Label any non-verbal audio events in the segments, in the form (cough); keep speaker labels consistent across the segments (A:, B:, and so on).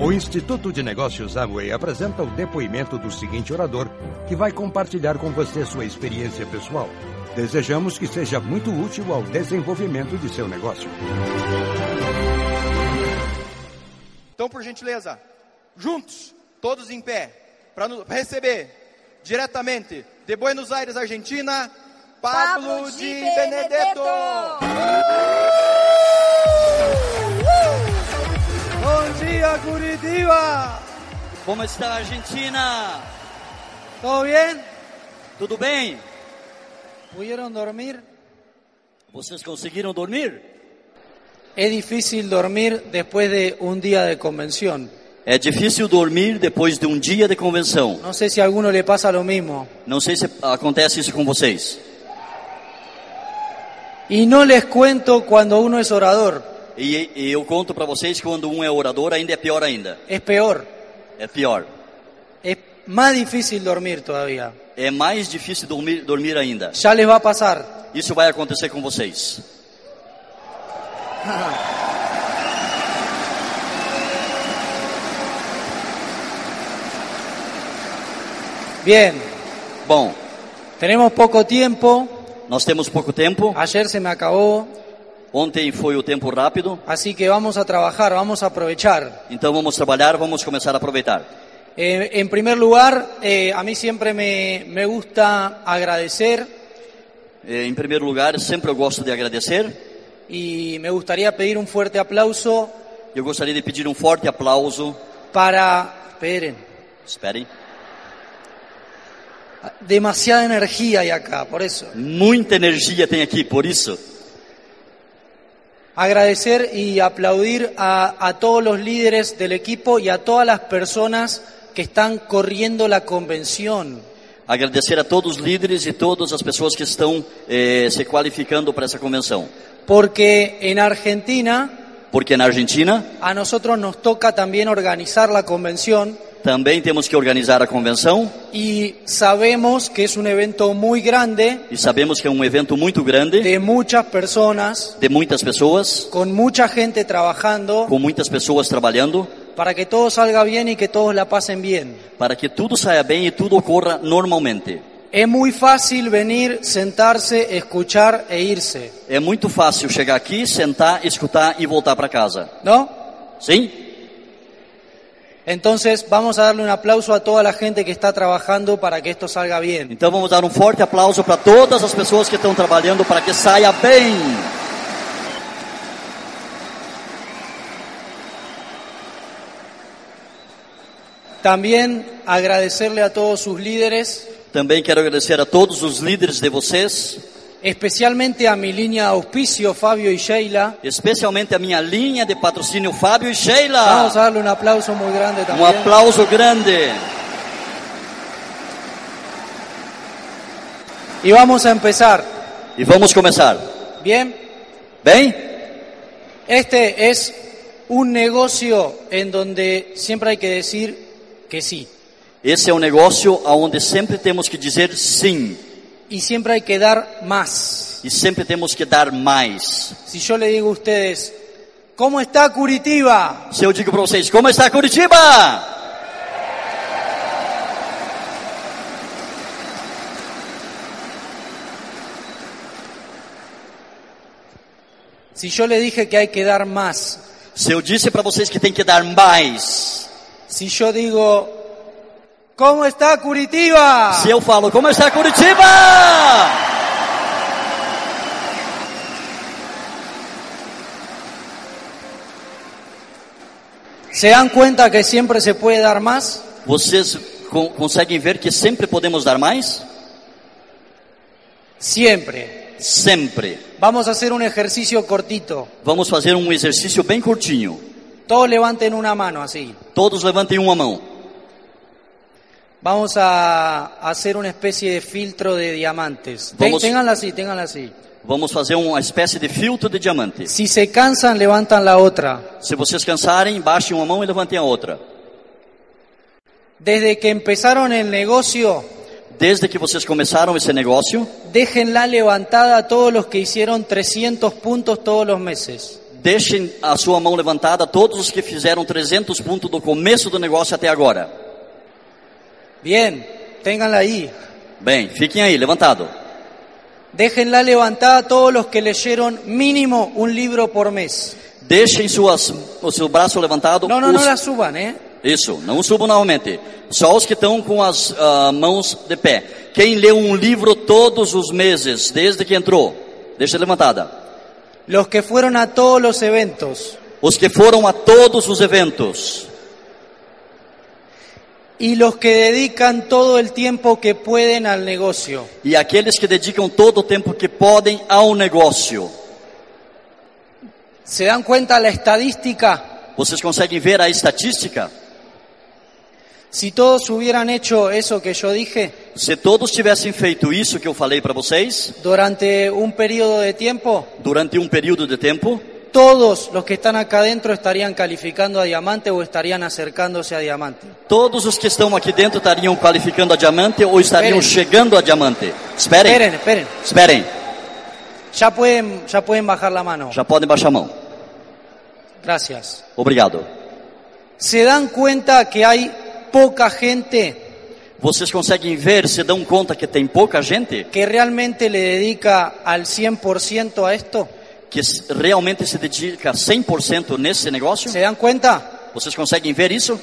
A: O Instituto de Negócios Amway apresenta o depoimento do seguinte orador, que vai compartilhar com você sua experiência pessoal. Desejamos que seja muito útil ao desenvolvimento de seu negócio.
B: Então, por gentileza, juntos, todos em pé, para receber diretamente de Buenos Aires, Argentina, Pablo,
C: Pablo
B: de,
C: de
B: Benedetto.
C: Benedetto.
B: Bom dia, Curitiba!
D: Como está a Argentina?
B: Tudo bem?
D: Tudo bem?
B: Puderam dormir?
D: Vocês conseguiram dormir?
E: Es difícil dormir después de un día de convención.
D: É difícil dormir depois de um dia de convenção.
E: No sé si a alguno le pasa lo mismo.
D: Não sei se acontece isso com vocês.
E: Y no les cuento cuando uno es orador,
D: E, e eu conto para vocês que quando um é orador ainda é pior ainda.
E: es peor.
D: É pior.
E: Es más difícil dormir todavía.
D: É mais difícil dormir, dormir ainda.
E: Ya les va a pasar. (laughs)
D: Isso vai acontecer com vocês.
E: Bien,
D: Bom,
E: tenemos poco tiempo.
D: nós temos pouco tempo.
E: Ayer se me acabó,
D: Ontem foi o tempo rápido.
E: así que vamos a trabajar, vamos a aprovechar.
D: Então vamos trabalhar, vamos começar a aproveitar.
E: Eh, en primer lugar, eh, a mí siempre me, me gusta agradecer
D: Eh, Em primeiro lugar, sempre eu gosto de agradecer.
E: y me gustaría pedir un fuerte aplauso
D: Eu gostaria de pedir um forte aplauso.
E: para... Esperen.
D: Esperem.
E: Demasiada energía hay acá, por eso.
D: Muita energia tem aqui, por isso.
E: Agradecer y aplaudir a, a todos los líderes del equipo y a todas las personas que están corriendo la convención.
D: Agradecer a todos os líderes e todas as pessoas que estão eh, se qualificando para essa convenção.
E: Porque en Argentina
D: Porque na Argentina
E: a nosotros nos toca también organizar la convención
D: também temos que organizar a convenção
E: y sabemos que es un evento muy grande
D: e sabemos que é um evento muito grande,
E: de muchas personas,
D: de muitas pessoas,
E: con mucha gente trabajando
D: com muitas pessoas trabalhando,
E: para que todo salga bien y que todos la pasen bien.
D: para que tudo saia bem e tudo ocorra normalmente.
E: Es muy fácil venir, sentarse, escuchar e irse,
D: É muito fácil chegar aqui, sentar, escutar e voltar para casa.
E: ¿no?
D: Sim?
E: Entonces vamos a darle un aplauso a toda la gente que está trabajando para que esto salga bien.
D: Então vamos dar um forte aplauso para todas as pessoas que estão trabalhando para que saia bem.
E: También agradecerle a todos sus líderes,
D: Também quero agradecer a todos os líderes de vocês,
E: especialmente a mi línea de auspicio, Fabio y Sheila.
D: especialmente a minha linha de patrocínio Fábio e
E: Vamos a
D: Sheila.
E: darle un aplauso muy grande
D: Um
E: también.
D: aplauso grande.
E: Y vamos a empezar.
D: E vamos começar.
E: Bien,
D: Bem,
E: este es un negocio en donde siempre hay que decir que sí.
D: esse é um negócio onde sempre temos que dizer sim
E: Y siempre hay que dar más.
D: e sempre temos que dar mais.
E: Si yo le digo a ustedes, ¿cómo está Curitiba?
D: Se eu digo para vocês, como está Curitiba?
E: Si yo le dije que hay que dar más.
D: Se eu disse para vocês que tem que dar mais.
E: Si yo digo, ¿cómo está Curitiba?
D: Se eu falo, como está Curitiba?
E: ¿Se dan cuenta que siempre se puede dar más?
D: Vocês con- conseguem ver que sempre podemos dar mais?
E: Siempre.
D: Sempre.
E: Vamos a hacer un ejercicio cortito.
D: Vamos fazer um exercício bem curtinho.
E: Todos levanten una mano así.
D: Todos levantem uma mão.
E: Vamos a hacer una especie de filtro de diamantes. Ten-
D: Vamos-
E: Ténganla así, ténganla así.
D: Vamos fazer uma espécie de filtro de diamante.
E: Si se cansan, levantan la otra.
D: Se vocês cansarem, baixem uma mão e levantem a outra.
E: Desde que empezaron el negocio,
D: Desde que vocês começaram esse negócio,
E: Déjenla levantada a todos los que hicieron 300 puntos todos los meses.
D: Deixem a sua mão levantada todos os que fizeram 300 pontos do começo do negócio até agora.
E: Bien, ténganla ahí.
D: Bem, fiquem aí, levantado.
E: Déjenla levantada a todos los que leyeron mínimo un libro por mes.
D: Deixem suas, o seu braço levantado.
E: No, no,
D: os-
E: no la suban, ¿eh?
D: Isso, não subam novamente. Só os que estão com as ah, mãos de pé. Quem leu um livro todos os meses, desde que entrou, deixa levantada.
E: Los que fueron a todos los eventos
D: Os que foram a todos os eventos.
E: y los que dedican todo el tiempo que pueden al negocio.
D: E aqueles que dedicam todo o tempo que podem ao negócio.
E: ¿Se dan cuenta la estadística?
D: Vocês conseguem ver a estatística?
E: Si todos hubieran hecho eso que yo dije
D: Se todos tivessem feito isso que eu falei para vocês,
E: durante un periodo de tiempo,
D: durante um período de tempo,
E: todos los que están acá adentro estarían calificando a diamante o estarían acercándose a diamante.
D: todos os que estão aqui dentro estariam qualificando a diamante ou estariam
E: Esperem.
D: chegando a diamante. Esperem,
E: Esperen, esperen.
D: esperem.
E: Ya pueden, ya pueden bajar la mano.
D: Já podem baixar a mão.
E: Gracias.
D: Obrigado.
E: ¿Se dan cuenta que hay poca gente
D: Vocês conseguem ver, se dão conta que tem pouca gente
E: que realmente le dedica al 100% a esto?
D: que s- realmente se dedica 100% nesse negócio?
E: ¿Se dan cuenta?
D: Vocês conseguem ver isso?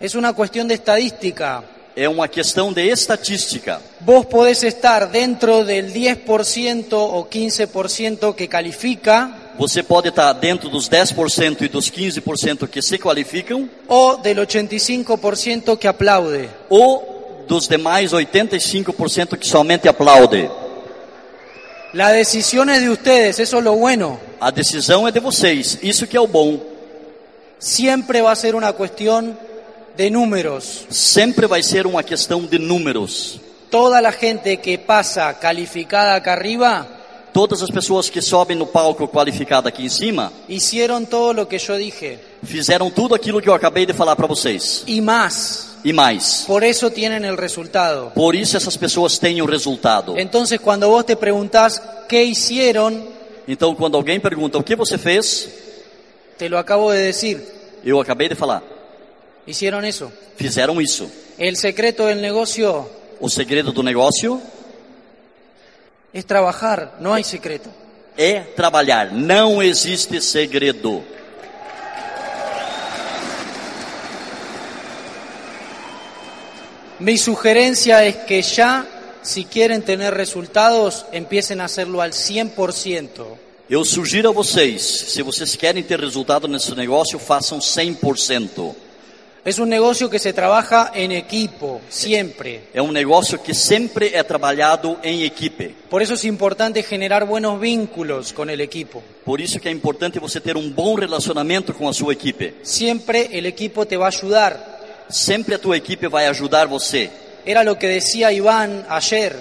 E: Es una cuestión de estadística.
D: É uma questão de estatística.
E: Vos podés estar dentro del 10% o 15% que califica
D: Você pode estar dentro dos 10% e dos 15% que se qualificam
E: o del 85% que aplaude.
D: ou dos demais 85% que somente aplaude.
E: La decisión es de ustedes, eso es lo bueno.
D: A decisão é de vocês. Isso que é o bom.
E: Siempre va a ser una cuestión de números.
D: Sempre vai ser uma questão de números.
E: Toda la gente que pasa calificada acá arriba
D: Todas as pessoas que sobem no palco qualificada aqui em cima
E: hicieron todo lo que yo dije
D: fizeram tudo aquilo que eu acabei de falar para vocês.
E: y más.
D: E mais,
E: Por eso tienen el resultado.
D: por isso essas pessoas têm o resultado.
E: Entonces cuando vos te preguntás qué hicieron,
D: Então, quando alguém pergunta o que você fez,
E: te lo acabo de decir,
D: eu acabei de falar.
E: hicieron eso.
D: Fizeram isso.
E: El secreto del negocio
D: O segredo do negócio
E: es trabajar, no hay secreto.
D: é trabalhar. Não existe segredo.
E: Mi sugerencia es que ya, si quieren tener resultados, empiecen a hacerlo al 100%.
D: Eu sugiro a vocês, se vocês querem ter resultado nesse negócio, façam 100%.
E: Es un negocio que se trabaja en equipo, siempre.
D: É um negócio que sempre é trabalhado em equipe.
E: Por eso es importante generar buenos vínculos con el equipo.
D: Por isso que é importante você ter um bom relacionamento com a sua equipe.
E: Siempre el equipo te va a ayudar.
D: Sempre a tua equipe vai ajudar você.
E: Era lo que decía Iván ayer.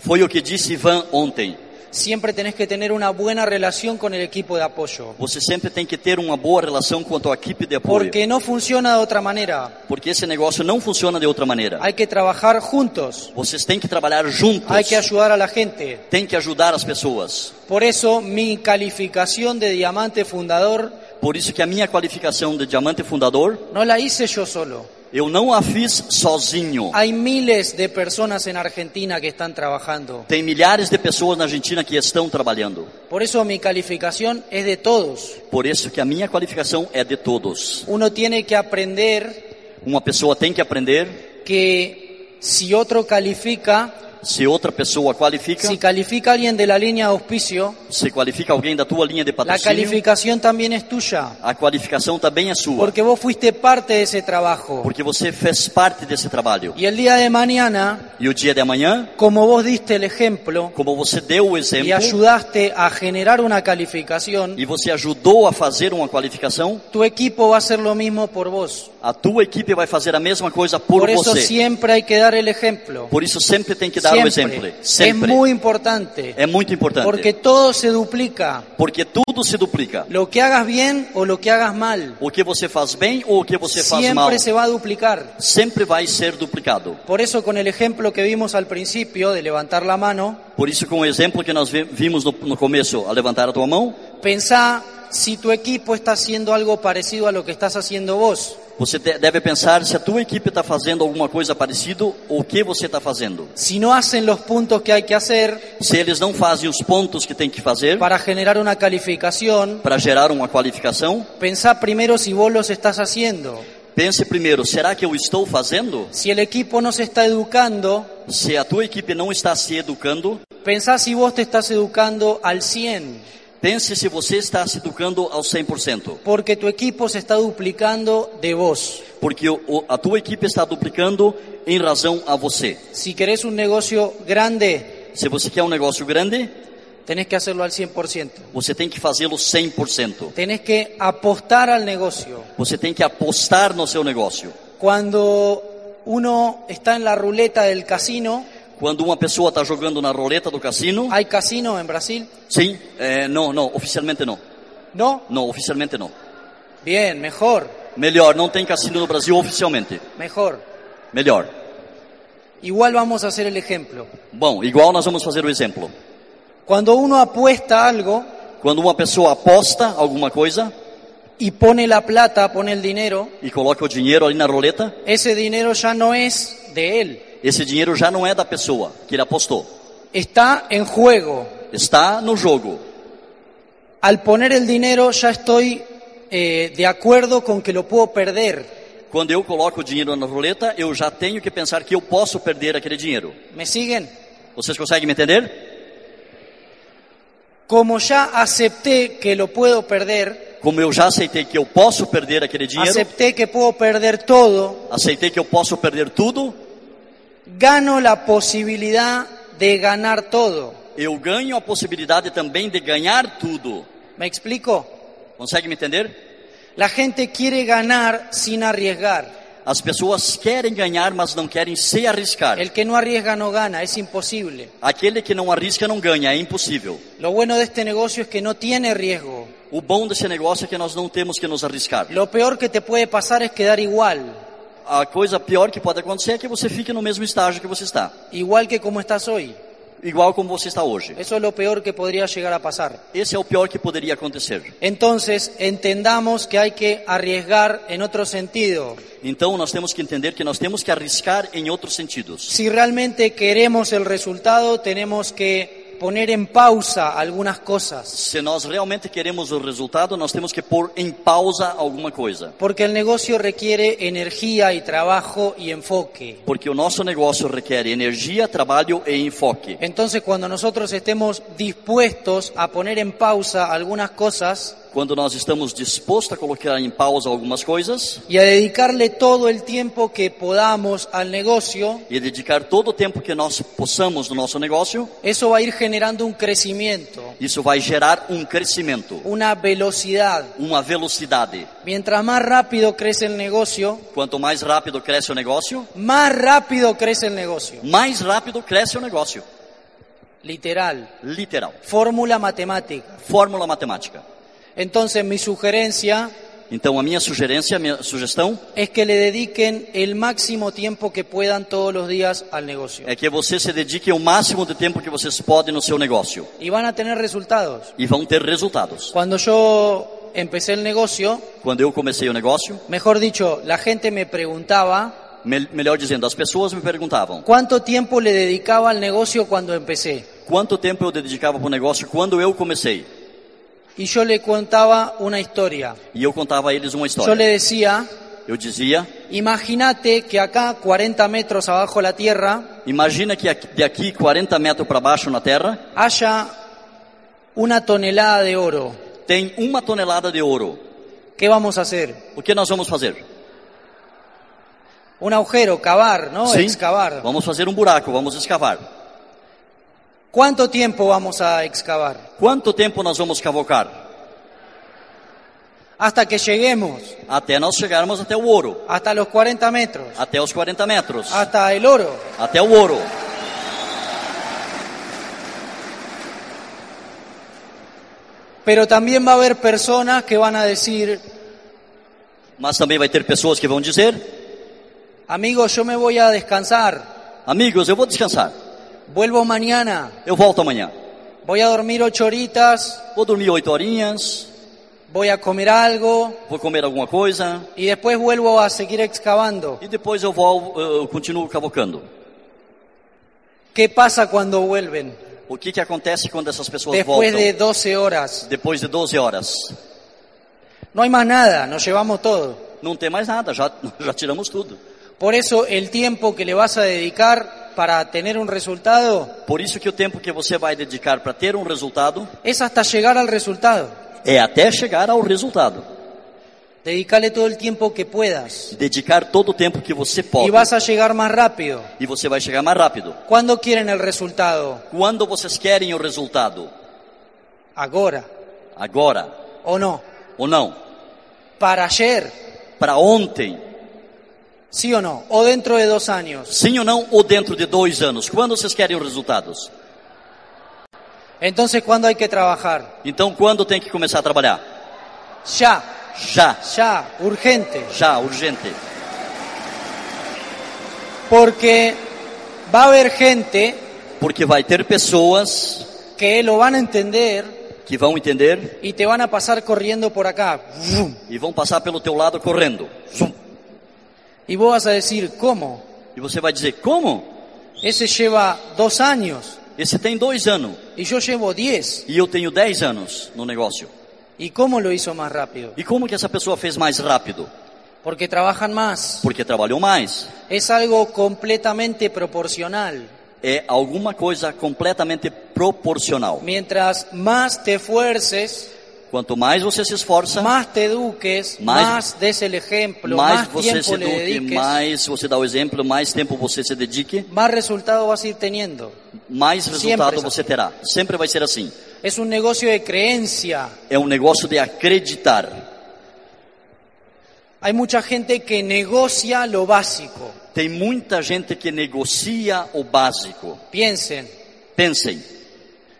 D: Foi o que disse Ivan ontem.
E: Siempre tenés que tener una buena relación con el equipo de apoyo.
D: Você sempre tem que ter uma boa relação com a tua equipe de apoio.
E: Porque no funciona de otra manera.
D: Porque esse negócio não funciona de outra maneira.
E: Hay que trabajar juntos.
D: Vocês têm que trabalhar juntos.
E: Hay que é- ayudar a la gente.
D: Tem que ajudar as pessoas.
E: Por eso mi calificação de diamante fundador
D: Por isso que a minha qualificação de diamante fundador,
E: no la hice yo solo.
D: eu não a fiz sozinho.
E: Hay miles de personas en Argentina que están trabajando.
D: Tem milhares de pessoas na Argentina que estão trabalhando.
E: Por eso mi calificación es de todos.
D: Por isso que a minha qualificação é de todos.
E: Uno tiene que aprender
D: Uma pessoa tem que aprender.
E: que si otro califica,
D: Se outra pessoa qualifica,
E: si califica alguien de la línea de auspicio,
D: se qualifica alguém da tua linha de
E: la
D: patrocínio,
E: calificação también es tuya,
D: a qualificação também é sua.
E: porque vos fuiste parte de ese trabajo.
D: Porque você fez parte desse trabalho.
E: Y el día de mañana,
D: E o dia de amanhã,
E: como vos diste el ejemplo
D: como você deu o
E: y
D: exemplo
E: ayudaste a generar una calificación,
D: e você ajudou a fazer uma qualificação,
E: Tu equipo va a hacer lo mismo por vos.
D: a tua equipe vai fazer a mesma coisa por,
E: Por eso
D: você.
E: siempre hay que dar el ejemplo.
D: Por isso sempre tem que dar dar o exemplo.
E: siempre. Es
D: Sempre.
E: muy importante.
D: É muito importante.
E: É Porque todo se duplica.
D: Porque tudo se duplica.
E: Lo que hagas bien o lo que hagas mal,
D: O que você faz bem ou o que você faz mal
E: siempre se va a duplicar.
D: sempre vai ser duplicado.
E: Por eso con el ejemplo que vimos al principio de levantar la mano,
D: Por isso, com o exemplo que nós vi- vimos no, no começo, a levantar a tua mão,
E: pensá si tu equipo está haciendo algo parecido a lo que estás haciendo vos.
D: você te- deve pensar se a tua equipe está fazendo alguma coisa parecida ou o que você está fazendo.
E: Si no hacen los puntos que hay que hacer
D: Se eles não fazem os pontos que tem que fazer
E: para generar una calificación,
D: para gerar uma qualificação,
E: pensá primero si vos los estás haciendo.
D: pense primeiro, será que eu estou fazendo?
E: Si el equipo no se está educando,
D: Se a tua equipe não está se educando,
E: pensá si vos te estás educando al 100,
D: pense se você está se educando ao 100%,
E: porque tu equipo se está duplicando de vos.
D: porque o- o- a tua equipe está duplicando em razão a você.
E: Si querés un negocio grande,
D: Se você quer um negócio grande,
E: tenés que hacerlo al 100%.
D: você tem que fazê-lo 100%.
E: Tenés que apostar al negocio.
D: Você tem que apostar no seu negócio.
E: Cuando uno está en la ruleta del casino,
D: Quando uma pessoa está jogando na roleta do cassino,
E: ¿hay casino en Brasil?
D: sim, é, não, não, oficialmente não.
E: ¿No?
D: Não, oficialmente não.
E: Bien, mejor,
D: Melhor, não tem cassino no Brasil oficialmente.
E: mejor.
D: Melhor.
E: Igual vamos a hacer el ejemplo.
D: Bom, igual nós vamos fazer o exemplo.
E: Cuando uno apuesta algo
D: Quando uma pessoa aposta alguma coisa
E: y pone la plata, pone el dinero,
D: e coloca o dinheiro ali na roleta,
E: ese dinero ya no es de él,
D: esse dinheiro já não é da pessoa que ele apostou.
E: está en juego.
D: Está no jogo.
E: Al poner el dinero ya estoy eh, de acuerdo con que lo puedo perder.
D: Quando eu coloco o dinheiro na roleta, eu já tenho que pensar que eu posso perder aquele dinheiro.
E: ¿Me siguen?
D: Vocês conseguem me entender?
E: Como ya acepté que lo puedo perder,
D: Como eu já aceitei que eu posso perder aquele dinheiro,
E: acepté que puedo perder todo,
D: aceitei que eu posso perder tudo,
E: gano la posibilidad de ganar todo.
D: eu ganho a possibilidade também de ganhar tudo.
E: ¿Me explico?
D: Consegue me entender?
E: La gente quiere ganar sin arriesgar.
D: As pessoas querem ganhar, mas não querem se arriscar.
E: El que no arriesga no gana, es imposible.
D: Aquele que não arrisca não ganha, é impossível.
E: Lo bueno de este negocio es que no tiene riesgo.
D: O bom desse negócio é que nós não temos que nos arriscar.
E: Lo peor que te puede pasar es quedar igual,
D: A coisa pior que pode acontecer é que você fique no mesmo estágio que você está,
E: igual que como estás hoy.
D: igual como você está hoje.
E: Eso es lo peor que podría llegar a pasar.
D: Esse é o pior que poderia acontecer.
E: Entonces, entendamos que hay que arriesgar en otro sentido.
D: Então nós temos que entender que nós temos que arriscar em outros sentidos.
E: Si realmente queremos el resultado, tenemos que poner en pausa algunas cosas,
D: Se nós realmente queremos o resultado, nós temos que pôr em pausa alguma coisa.
E: porque el negocio requiere energía y trabajo y enfoque.
D: Porque o nosso negócio requer energia, trabalho e enfoque.
E: Entonces, cuando nosotros estemos dispuestos a poner en pausa algunas cosas
D: Quando nós estamos dispostos a colocar em pausa algumas coisas
E: y a dedicarle todo el tiempo que podamos al negocio,
D: e dedicar todo o tempo que nós possamos no nosso negócio,
E: eso va a ir generando un crecimiento,
D: isso vai gerar um crescimento,
E: una velocidad.
D: uma velocidade.
E: Mientras más rápido crece el negocio,
D: Quanto mais rápido cresce o negócio,
E: más rápido crece el negocio.
D: mais rápido cresce o negócio.
E: Literal.
D: Literal.
E: fórmula matemática.
D: Fórmula matemática.
E: Entonces mi sugerencia
D: Então a minha sugerência, a minha sugestão
E: es que le dediquen el máximo tiempo que puedan todos los días al negocio.
D: é que você se dedique o máximo de tempo que vocês podem no seu negócio
E: Y van a tener resultados.
D: e vão ter resultados.
E: Cuando yo empecé el negocio,
D: Quando eu comecei o negócio,
E: mejor dicho, la gente me preguntaba
D: mel- melhor dizendo, as pessoas me perguntavam
E: cuánto tiempo le dedicaba al negocio cuando empecé.
D: quanto tempo eu dedicava para o negócio quando eu comecei.
E: Y yo le contaba una historia.
D: E eu contava a eles uma
E: Yo le
D: história.
E: decía,
D: Eu dizia,
E: imagínate que acá, 40 metros abajo de la tierra,
D: imagina que aqui- de aqui 40 metros para baixo na terra
E: haya una tonelada de oro.
D: tem uma tonelada de ouro.
E: ¿Qué vamos a hacer?
D: O que nós vamos fazer?
E: Un agujero, cavar, ¿no? Excavar.
D: vamos fazer um buraco, vamos escavar.
E: ¿Cuánto tiempo vamos a excavar?
D: Quanto tempo nós vamos cavocar?
E: Hasta que lleguemos,
D: Até nós chegarmos até o ouro,
E: hasta los 40 metros, Ah.
D: até os 40 metros,
E: hasta el oro.
D: até o ouro.
E: Pero también va a haber personas que van a decir,
D: Mas também vai ter pessoas que vão dizer:
E: amigos, yo me voy a descansar,
D: Amigos, eu vou descansar.
E: vuelvo mañana,
D: Eu volto amanhã.
E: voy a dormir ocho horitas,
D: Vou dormir oito horinhas.
E: voy a comer algo
D: Vou comer alguma coisa.
E: y después vuelvo a seguir excavando.
D: E depois eu, volvo, eu continuo cavocando.
E: ¿Qué pasa cuando vuelven?
D: O que, que acontece quando essas pessoas
E: Después
D: voltam?
E: de 12 horas.
D: Depois de 12 horas.
E: No hay más nada, nos llevamos todo.
D: Não tem mais nada, já, (laughs) já tiramos tudo.
E: Por eso el tiempo que le vas a dedicar para tener un resultado
D: Por isso que o tempo que você vai dedicar para ter um resultado
E: es hasta llegar al resultado.
D: é até chegar ao resultado.
E: Dedicale todo el tiempo que puedas
D: Dedicar todo o tempo que você
E: y
D: pode.
E: vas a llegar más rápido.
D: E você vai chegar mais rápido.
E: ¿Cuándo quieren el resultado?
D: Quando vocês querem o resultado?
E: Ahora
D: Agora
E: o no?
D: ou não?
E: Para ayer,
D: Para ontem?
E: sí o no? O dentro de dos años.
D: Sim ou não? Ou dentro de dois anos? Quando vocês querem os resultados?
E: Entonces, ¿cuándo hay que trabajar?
D: Então, quando tem que começar a trabalhar?
E: Ya,
D: Já,
E: ya, urgente.
D: já, urgente.
E: Porque va a haber gente
D: Porque vai ter pessoas
E: que lo van a entender
D: que vão entender
E: y te van a pasar corriendo por acá. ¡Vum!
D: e vão passar pelo teu lado correndo. Zum.
E: Y vos vas a decir, ¿cómo?
D: E você vai dizer, como?
E: Ese lleva dos años
D: Esse tem dois anos
E: y yo llevo diez.
D: e eu tenho dez anos no negócio.
E: ¿Y cómo lo hizo más rápido?
D: E como que essa pessoa fez mais rápido?
E: Porque trabajan más.
D: Porque trabalhou mais.
E: Es algo completamente proporcional.
D: É alguma coisa completamente proporcional.
E: Mientras más te esfuerces,
D: Quanto mais você se esforça,
E: más te eduques,
D: Más-
E: más des el ejemplo,
D: mais
E: más
D: você se
E: tiempo le
D: eduque,
E: dediques,
D: mais você dá o exemplo, mais tempo você se dedique,
E: más resultado vas a ir teniendo.
D: mais resultado
E: Sempre. é assim.
D: você terá. Sempre vai ser assim.
E: Es un negocio de creencia.
D: É um negócio de acreditar.
E: Hay mucha gente que negocia lo básico.
D: Tem muita gente que negocia o básico.
E: Piensen,
D: Pensem,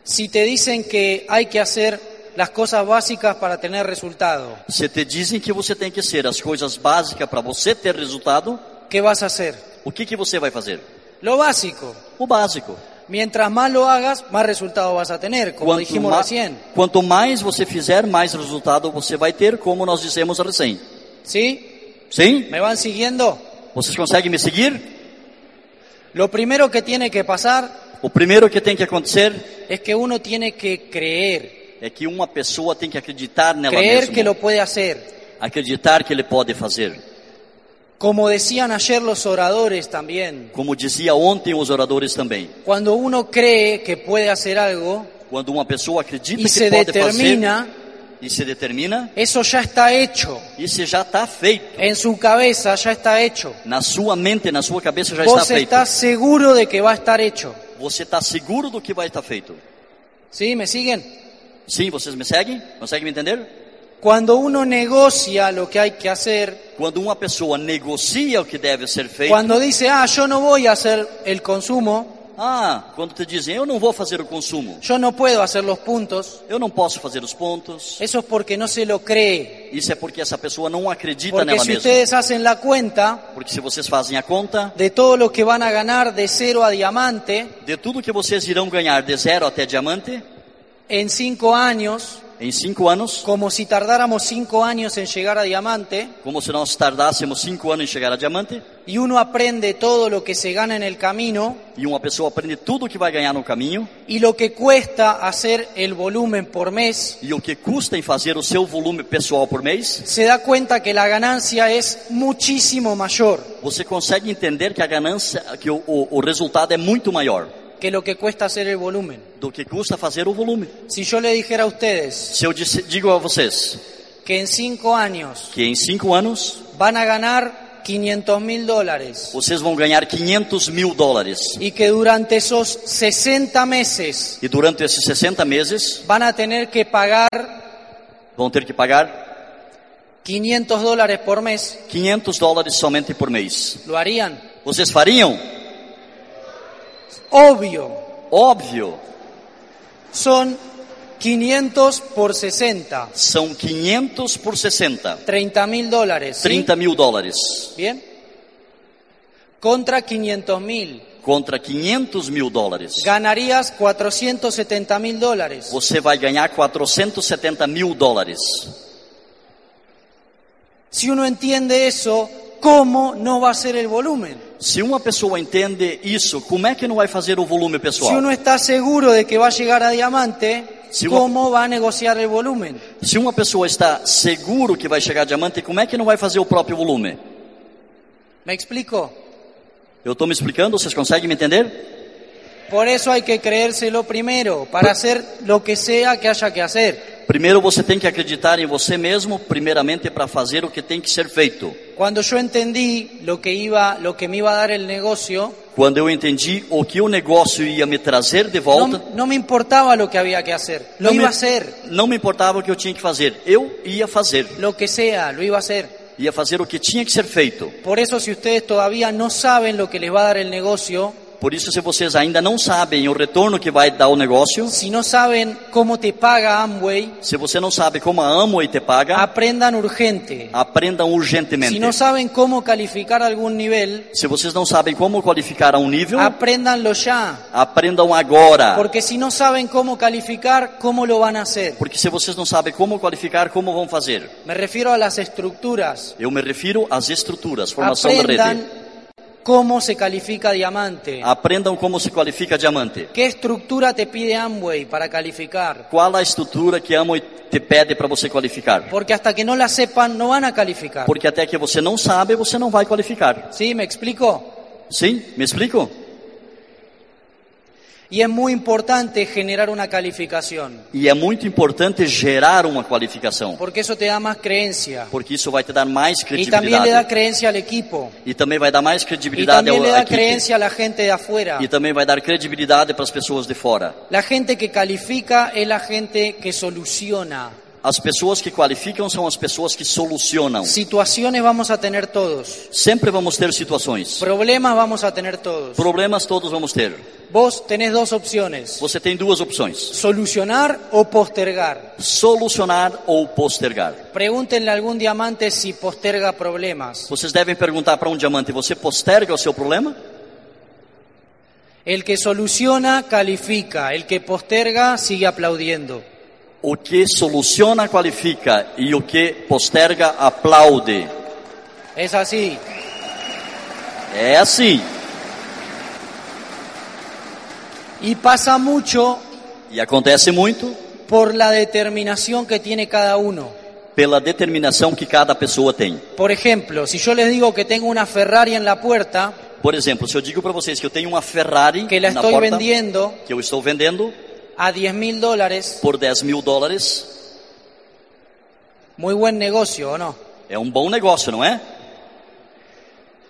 E: si te dicen que hay que hacer las cosas básicas para tener resultado,
D: se te dizem que você tem que ser as coisas básicas para você ter resultado,
E: ¿qué vas a hacer?
D: o que, que você vai fazer?
E: Lo básico.
D: O básico.
E: Mientras más lo hagas, más resultado vas a tener, como
D: Quanto,
E: dijimos
D: ma-
E: recién.
D: quanto mais você fizer, mais resultado você vai ter, como nós dissemos recém.
E: ¿Sí?
D: Sim?
E: ¿Me van siguiendo?
D: Vocês conseguem me seguir?
E: Lo primero que tiene que pasar
D: O primeiro que tem que acontecer
E: es que uno tiene que creer,
D: é que uma pessoa tem que acreditar nela
E: creer
D: mesma.
E: que lo puede hacer.
D: Acreditar que ele pode fazer.
E: Como decían ayer los oradores también,
D: Como dizia ontem os oradores também.
E: cuando uno cree que puede hacer algo
D: Quando uma pessoa acredita
E: y
D: que
E: se
D: pode
E: determina,
D: fazer e se determina,
E: eso ya está hecho,
D: isso já está feito.
E: en su cabeza ya está hecho.
D: Na sua mente, na sua cabeça já está
E: Vos
D: feito.
E: estás seguro de que va a estar hecho.
D: Você está seguro do que vai estar feito?
E: ¿Sí? ¿Me siguen?
D: Sim, vocês me seguem? Conseguem me entender?
E: Cuando uno negocia lo que hay que hacer,
D: Quando uma pessoa negocia o que deve ser feito,
E: cuando dice, ah, yo no voy a hacer el consumo,
D: ah, quando te dizem eu não vou fazer o consumo,
E: yo no puedo hacer los puntos,
D: eu não posso fazer os pontos,
E: Eso es porque no se lo cree.
D: Isso é porque essa pessoa não acredita
E: Porque
D: nela
E: si
D: mesma.
E: ustedes hacen la cuenta
D: Porque se vocês fazem a conta
E: de todo lo que van a ganar de cero a diamante
D: de tudo que vocês irão ganhar de zero até diamante
E: en cinco años,
D: em cinco anos,
E: como si tardáramos cinco años en llegar a diamante,
D: como se nós tardássemos cinco anos em chegar a diamante,
E: y uno aprende todo lo que se gana en el camino
D: e uma pessoa aprende tudo o que vai ganhar no caminho
E: y lo que cuesta hacer el volumen por mes,
D: e o que custa em fazer o seu volume pessoal por mês,
E: se da cuenta que la ganancia es muchísimo mayor
D: você consegue entender que a ganância, que o, o, o resultado é muito maior
E: que lo que cuesta hacer el volumen.
D: do que custa fazer o volume.
E: Si yo le dijera a ustedes
D: Se eu disse- digo a vocês
E: que en cinco años
D: que em cinco anos
E: van a ganar 500 mil dólares,
D: vocês vão ganhar 500 mil dólares
E: y que durante esos 60 meses
D: e durante esses 60 meses
E: van a tener que pagar
D: vão ter que pagar
E: 500 dólares por mes,
D: 500 dólares somente por mês.
E: ¿lo harían?
D: Vocês fariam?
E: Obvio,
D: Óbvio.
E: son 500 por 60,
D: São 500 por 60.
E: 30 mil dólares. ¿sí?
D: 30 mil dólares.
E: Bien. Contra 500 mil,
D: Contra 500 mil dólares.
E: ganarías 470 mil dólares.
D: Você vai ganhar 470 mil dólares.
E: Si uno entiende eso, ¿cómo no va a ser el volumen?
D: Se uma pessoa entende isso, como é que não vai fazer o volume pessoal?
E: Si uno está seguro de que va a llegar a diamante,
D: Si uno-
E: ¿cómo va a negociar el volumen?
D: Se uma pessoa está seguro que vai chegar a diamante, como é que não vai fazer o próprio volume?
E: ¿Me explico?
D: Eu estou me explicando? Vocês conseguem me entender?
E: Por eso hay que creérselo primero, para hacer lo que sea que haya que hacer.
D: Primeiro você tem que acreditar em você mesmo, primeiramente para fazer o que tem que ser feito.
E: Cuando yo entendí lo que iba, lo que me iba a dar el negocio,
D: Quando eu entendi o que o negócio ia me trazer de
E: no,
D: volta,
E: no me importaba lo que había que hacer, lo
D: me,
E: iba a hacer,
D: não me importava o que eu tinha que fazer. Eu ia fazer.
E: lo que sea, lo iba a hacer.
D: Ia fazer o que tinha que ser feito.
E: Por eso si ustedes todavía no saben lo que les va a dar el negocio,
D: Por isso, se vocês ainda não sabem o retorno que vai dar o negócio,
E: si no saben cómo te paga Amway,
D: se você não sabe como a Amway te paga,
E: aprendan urgente.
D: aprendam urgentemente.
E: Si no saben cómo calificar algún nivel,
D: Se vocês não sabem como qualificar a um nível,
E: apréndanlo ya.
D: aprendam agora.
E: Porque si no saben cómo calificar, ¿cómo lo van a hacer?
D: Porque se vocês não sabem como qualificar, como vão fazer?
E: Me refiero a las estructuras.
D: Eu me refiro às estruturas, formação da rede.
E: Aprendan cómo se califica diamante.
D: Aprendam como se qualifica diamante.
E: ¿Qué estructura te pide Amway para calificar?
D: Qual a estrutura que a Amway te pede para você qualificar?
E: Porque hasta que no la sepan, no van a calificar.
D: Porque até que você não sabe, você não vai qualificar.
E: ¿Sí? ¿Me explico?
D: Sim? Me explico?
E: Y es muy importante generar una calificación.
D: E é muito importante gerar uma qualificação.
E: Porque eso te da más creencia.
D: Porque isso vai te dar mais
E: Y también le da
D: credibilidad.
E: creencia al equipo.
D: E também vai dar mais
E: Y
D: credibilidade
E: también
D: ao
E: le da
D: equipe.
E: creencia a la gente de afuera.
D: E também vai dar credibilidade para as pessoas de fora.
E: La gente que califica es la gente que soluciona.
D: As pessoas que qualificam são as pessoas que solucionam.
E: Situaciones vamos a tener todos.
D: Sempre vamos ter situações.
E: Problemas vamos a tener todos.
D: Problemas todos vamos ter.
E: Vos tenés dos opciones.
D: Você tem duas opções:
E: Solucionar o postergar.
D: solucionar ou postergar.
E: Pregúntenle a algún diamante si posterga problemas.
D: Vocês devem perguntar para um diamante: você posterga o seu problema?
E: El que soluciona califica. El que posterga sigue aplaudiendo.
D: O que soluciona qualifica e o que posterga aplaude.
E: Es así.
D: É assim.
E: Y pasa mucho
D: E acontece muito
E: por la determinación que tiene cada uno.
D: pela determinação que cada pessoa tem.
E: Por ejemplo, si yo les digo que tengo una Ferrari en la puerta,
D: Por exemplo, se eu digo para vocês que eu tenho uma Ferrari
E: que la
D: na
E: estoy
D: porta,
E: vendiendo
D: que eu estou vendendo
E: a 10 mil dólares,
D: por 10 mil dólares,
E: muy buen negocio, ¿o no?
D: é um bom negócio, não é?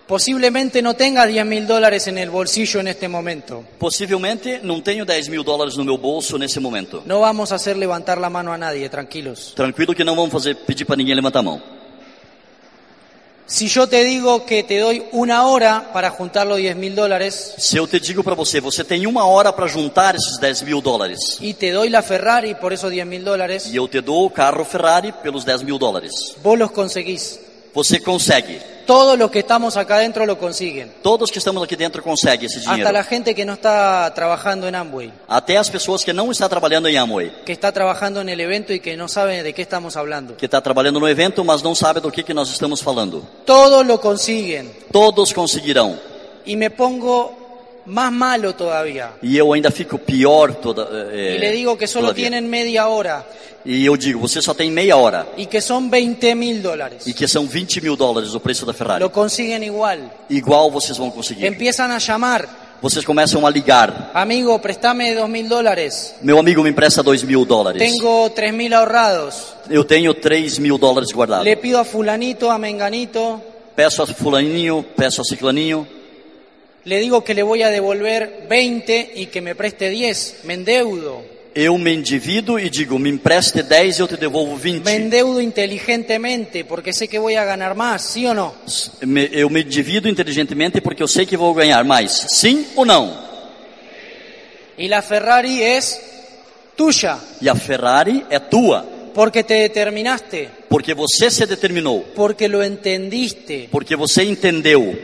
E: Posiblemente no tenga 10 mil dólares en el bolsillo en este momento.
D: Possivelmente não tenho 10 mil dólares no meu bolso nesse momento.
E: No vamos a hacer levantar la mano a nadie, tranquilos.
D: Tranquilo que não vamos fazer pedir para ninguém levantar a mão.
E: Si yo te digo que te doy una hora para juntar los 10 mil dólares
D: Se eu te digo para você, você tem uma hora para juntar esses 10 mil dólares
E: y te doy la Ferrari por esos 10 mil dólares,
D: e eu te dou o carro Ferrari pelos 10 mil dólares,
E: vos los conseguís.
D: você consegue.
E: Todos los que estamos acá adentro lo consiguen.
D: Todos que estamos aqui dentro conseguem esse
E: Hasta la
D: dinheiro.
E: gente que no está trabajando en Amway,
D: Até as pessoas que não estão trabalhando em Amway,
E: que está trabajando en el evento y que no saben de qué estamos hablando.
D: que está trabalhando no evento, mas não sabe do que, que nós estamos falando.
E: Todos lo consiguen.
D: Todos conseguirão.
E: y me pongo más malo todavía.
D: E eu ainda fico pior toda. eh,
E: Y le digo que solo
D: todavia.
E: tienen media hora
D: E eu digo, você só tem meia hora
E: y que son 20 mil dólares.
D: e que são 20 mil dólares o preço da Ferrari.
E: Lo consiguen igual.
D: Igual vocês vão conseguir.
E: Empiezan a llamar,
D: Vocês começam a ligar.
E: amigo, préstame dos mil dólares.
D: Meu amigo me empresta 2 mil dólares.
E: Tengo tres mil ahorrados.
D: Eu tenho 3 mil dólares guardados.
E: Le pido a fulanito, a menganito.
D: Peço a fulaninho, peço a ciclaninho.
E: Le digo que le voy a devolver 20 y que me preste 10. Me endeudo.
D: Eu me endivido e digo, me empreste 10 e eu te devolvo 20.
E: Me endeudo inteligentemente porque sé que voy a ganar más, ¿sí o no?
D: Me- eu me endivido inteligentemente porque eu sei que vou ganhar mais. Sim ou não?
E: Y la Ferrari es tuya,
D: E a Ferrari é tua,
E: porque te determinaste,
D: porque você se determinou,
E: porque lo entendiste,
D: porque você entendeu,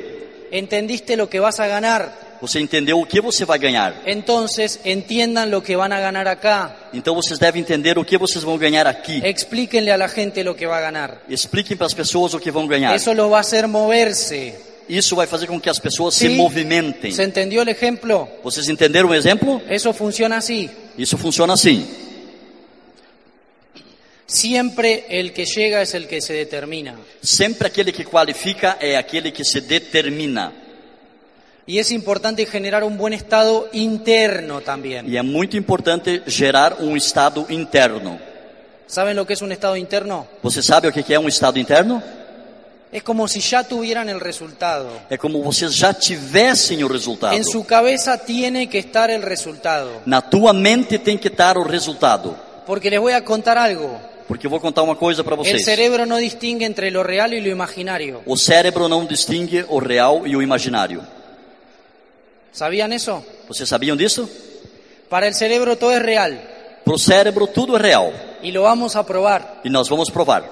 E: entendiste lo que vas a ganar.
D: você entendeu o que você vai ganhar.
E: Entonces, entiendan lo que van a ganar acá.
D: Então vocês devem entender o que vocês vão ganhar aqui.
E: É Explíquenle a la gente lo que va a ganar.
D: Expliquem para as pessoas o que vão ganhar.
E: Eso los va a hacer moverse.
D: Isso vai fazer com que as pessoas se
E: Sí.
D: movimentem.
E: ¿Se entendió el ejemplo?
D: Vocês entenderam o exemplo?
E: Eso funciona así.
D: Isso funciona assim.
E: Siempre el que llega es el que se determina.
D: Sempre aquele que qualifica é aquele que se determina.
E: Y es importante generar un buen estado interno también.
D: E é muito importante gerar um estado interno.
E: ¿Saben lo que es un estado interno?
D: Você sabe o que que é um estado interno?
E: Es como si ya tuvieran el resultado.
D: É como vocês já tivessem o resultado.
E: En su cabeza tiene que estar el resultado.
D: Na tua mente tem que estar o resultado.
E: Porque les voy a contar algo.
D: Porque eu vou contar uma coisa para
E: El
D: vocês.
E: cerebro no distingue entre lo real y lo imaginario.
D: O cérebro não distingue o real e o imaginário.
E: ¿Sabían eso?
D: Vocês sabiam disso?
E: Para el cerebro todo es real
D: Para o cérebro tudo é real.
E: y lo vamos a probar.
D: E nós vamos provar.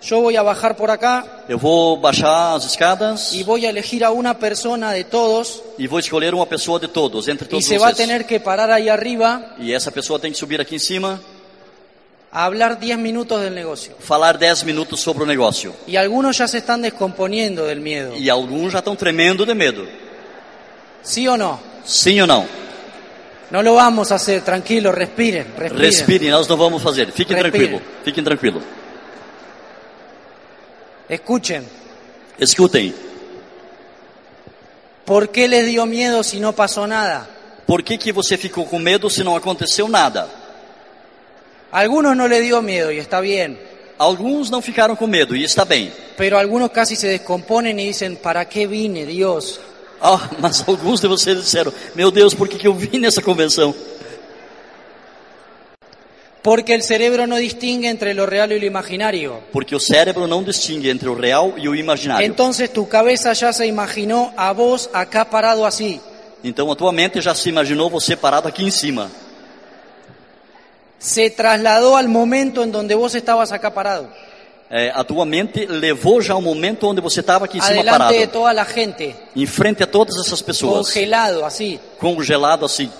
E: Yo voy a bajar por acá
D: Eu vou baixar as escadas
E: y
D: e,
E: voy a elegir a una persona de todos
D: vou escolher uma pessoa de todos, entre
E: y
D: todos
E: se va a
D: vocês.
E: tener que parar ahí arriba
D: E essa pessoa tem que subir aqui em cima,
E: a hablar 10 minutos del negocio.
D: falar 10 minutos sobre o negócio.
E: Y algunos ya se están descomponiendo del miedo.
D: E alguns já estão tremendo de medo.
E: ¿Sí o no?
D: Sim ou não?
E: No lo vamos a hacer, tranquilo, respiren, respiren.
D: Respirem, nós não vamos fazer. Fiquem
E: Respire.
D: tranquilo. Fiquem tranquilo.
E: Escuchen,
D: Escutem.
E: ¿por qué les dio miedo si no pasó nada?
D: Por que que você ficou com medo se não aconteceu nada?
E: A algunos no le dio miedo y está bien,
D: Alguns não ficaram com medo e está bem. (laughs)
E: pero algunos casi se descomponen y dicen, ¿para qué vine, Dios?
D: Ah, mas alguns de vocês disseram: "Meu Deus, por que que eu vim nessa convenção?"
E: Porque el cerebro no distingue entre lo real y lo imaginario.
D: Porque o cérebro não distingue entre o real e o imaginário.
E: Entonces tu cabeza ya se imaginó a vos acá parado así.
D: Então a tua mente já se imaginou você parado aqui em cima.
E: Se trasladó al momento en donde vos estabas acá parado.
D: É, a tua mente levou já o momento onde você estava aqui em cima parado,
E: Adelante de toda la gente,
D: em frente a todas essas pessoas,
E: congelado así.
D: congelado assim.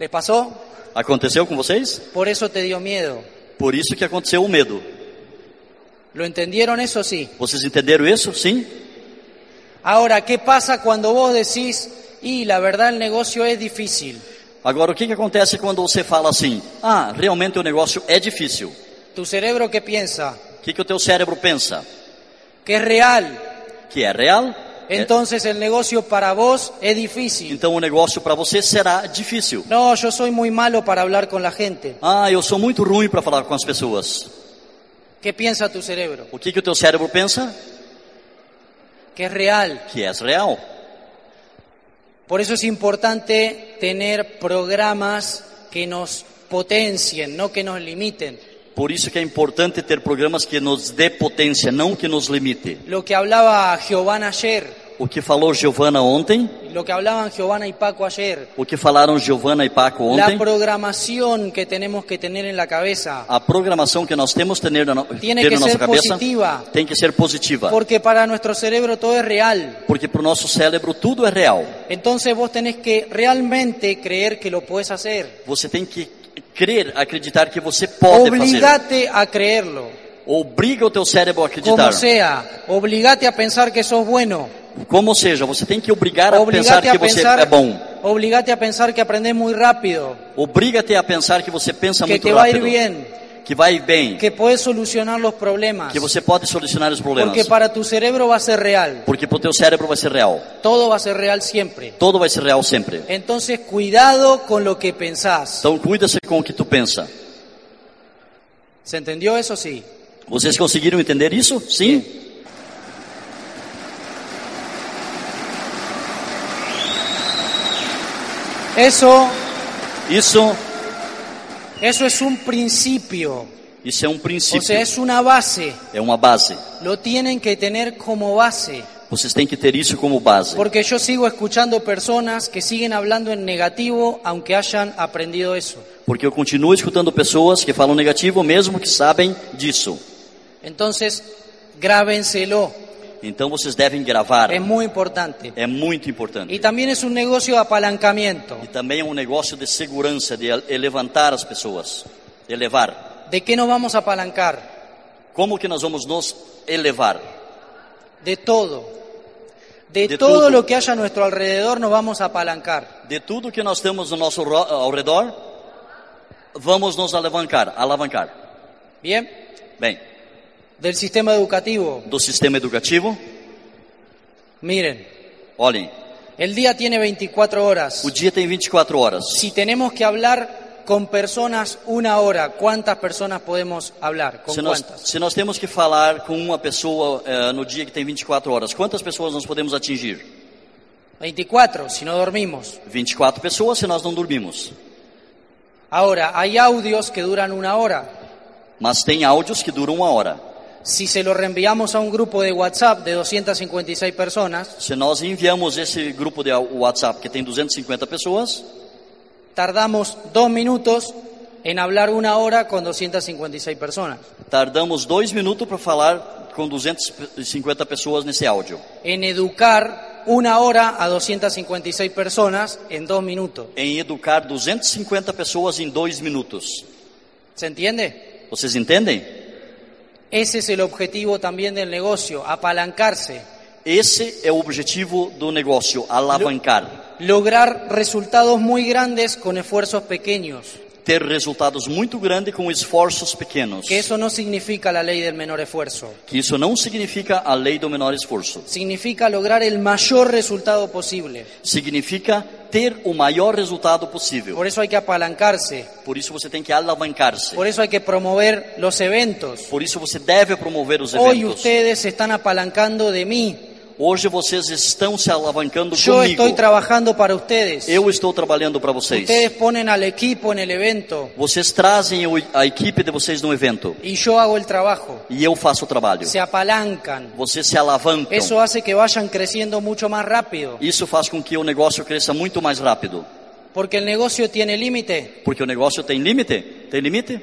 E: ¿Les pasó?
D: Aconteceu com vocês?
E: Por eso te dio miedo.
D: Por isso que aconteceu o medo.
E: ¿Lo entendieron eso sí?
D: Vocês entenderam isso? Sim?
E: Ahora, ¿qué pasa cuando vos decís, y la verdad el negocio es difícil?
D: Agora o que que acontece quando você fala assim: "Ah, realmente o negócio é difícil".
E: ¿Tu cerebro qué piensa?
D: O que que o teu cérebro pensa?
E: Que es real.
D: Que é real? É-
E: Entonces el negocio para vos es difícil.
D: Então o negócio para você será difícil.
E: No, yo soy muy malo para hablar con la gente.
D: Ah, eu sou muito ruim para falar com as pessoas.
E: ¿Qué piensa tu cerebro?
D: O que que o teu cérebro pensa?
E: Que es real.
D: Que és real.
E: Por eso es importante tener programas que nos potencien, no que nos limiten.
D: Por isso que é importante ter programas que nos dê potência, não que nos limite.
E: Lo que hablaba Giovanna ayer,
D: O que falou Giovana ontem,
E: lo que hablaban Giovanna y Paco ayer,
D: o que falaram Giovana e Paco
E: la
D: ontem,
E: programación que tenemos que tener en la cabeza,
D: a programação que nós temos tener na, no- ter
E: Tiene
D: na
E: que
D: nossa
E: ser
D: cabeça
E: positiva.
D: tem que ser positiva,
E: porque para nuestro cerebro todo es real.
D: porque para o nosso cérebro tudo é real.
E: Entonces vos tenés que realmente creer que lo podés hacer.
D: Você tem que crer, acreditar que você pode fazer.
E: Obligate a creerlo,
D: Obriga o teu cérebro a acreditar.
E: como sea. Obligate a pensar que sos bueno.
D: Como seja, você tem que obrigar a pensar
E: Obligate
D: que
E: a
D: você
E: pensar,
D: é bom.
E: obligate a pensar que aprendés muy rápido,
D: Obriga-te a pensar que você pensa
E: que
D: muito
E: te va a ir
D: rápido,
E: bien,
D: que vai bem,
E: que podés solucionar los problemas,
D: que você pode solucionar os problemas.
E: porque para tu cerebro va a ser real,
D: Porque pro teu cérebro vai ser real.
E: todo va a ser real siempre.
D: Todo vai ser real sempre.
E: Entonces cuidado con lo que pensás.
D: Então cuida-se com o que tu pensa.
E: ¿Se entendió eso? Sí.
D: Vocês conseguiram entender isso? Sim?
E: Eso,
D: Isso,
E: eso es un principio,
D: isso é um
E: o
D: princípio.
E: sea, es una base.
D: É uma base.
E: Lo tienen que tener como base.
D: Vocês têm que ter isso como base.
E: Porque yo sigo escuchando personas que siguen hablando en negativo aunque hayan aprendido eso.
D: Porque eu continuo escutando pessoas que falam negativo mesmo que sabem disso.
E: Entonces, grábenselo.
D: Então vocês devem gravar.
E: Es muy importante.
D: É muito importante.
E: Y también es un negocio de apalancamiento.
D: E também é um negócio de segurança, de el- levantar as pessoas, elevar.
E: ¿De qué nos vamos a apalancar?
D: Como que nós vamos nos elevar?
E: De todo. De,
D: De
E: todo,
D: todo.
E: lo que haya a nuestro alrededor nos vamos a apalancar.
D: De tudo que nós temos no nosso ro- ao redor, vamos nos alavancar, alavancar.
E: ¿Bien?
D: Bem,
E: Del sistema educativo.
D: do sistema educativo,
E: Miren,
D: olhem,
E: el día tiene 24 horas.
D: o dia tem 24 horas.
E: Si tenemos que hablar con personas una hora, ¿cuántas personas podemos hablar? ¿Con
D: Se nós,
E: cuántas?
D: se nós temos que falar com uma pessoa eh, no dia que tem 24 horas, quantas pessoas nós podemos atingir?
E: 24, si no dormimos.
D: 24 pessoas se nós não dormimos.
E: Ahora, hay audios que duran una hora.
D: Mas tem áudios que duram uma hora.
E: Si se los reenviamos a un grupo de WhatsApp de 256 personas,
D: Se nós enviamos esse grupo de WhatsApp que tem 250 pessoas,
E: tardamos dos minutos en hablar una hora con 256 personas.
D: tardamos dois minutos para falar com 250 pessoas nesse áudio.
E: En educar una hora a 256 personas en dos minutos.
D: Em educar 250 pessoas em dois minutos.
E: ¿Se entiende?
D: Vocês entendem?
E: Ese es el objetivo también del negocio, apalancarse.
D: Esse é o objetivo do negócio, alavancar.
E: Lograr resultados muy grandes con esfuerzos pequeños.
D: Ter resultados muito grandes com esforços pequenos.
E: Que eso no significa la ley del menor esfuerzo.
D: Que isso não significa a lei do menor esforço.
E: Significa lograr el mayor resultado posible.
D: Significa ter o maior resultado possível.
E: Por eso hay que apalancarse.
D: Por isso você tem que alavancar-se.
E: Por eso hay que promover los eventos.
D: Por isso você deve promover os
E: Hoy
D: eventos.
E: ustedes se están apalancando de mí.
D: Hoje vocês estão se alavancando
E: Yo
D: comigo.
E: estoy trabajando para ustedes.
D: Eu estou trabalhando para vocês.
E: Ustedes ponen al equipo en el evento
D: Vocês trazem o- a equipe de vocês no evento
E: y yo hago el trabajo.
D: e eu faço o trabalho.
E: Se é- apalancan.
D: Vocês se alavancam.
E: Eso hace que vayan creciendo mucho más rápido.
D: Isso faz com que o negócio cresça muito mais rápido.
E: Porque el negocio tiene límite.
D: Porque o negócio tem limite. Tem limite?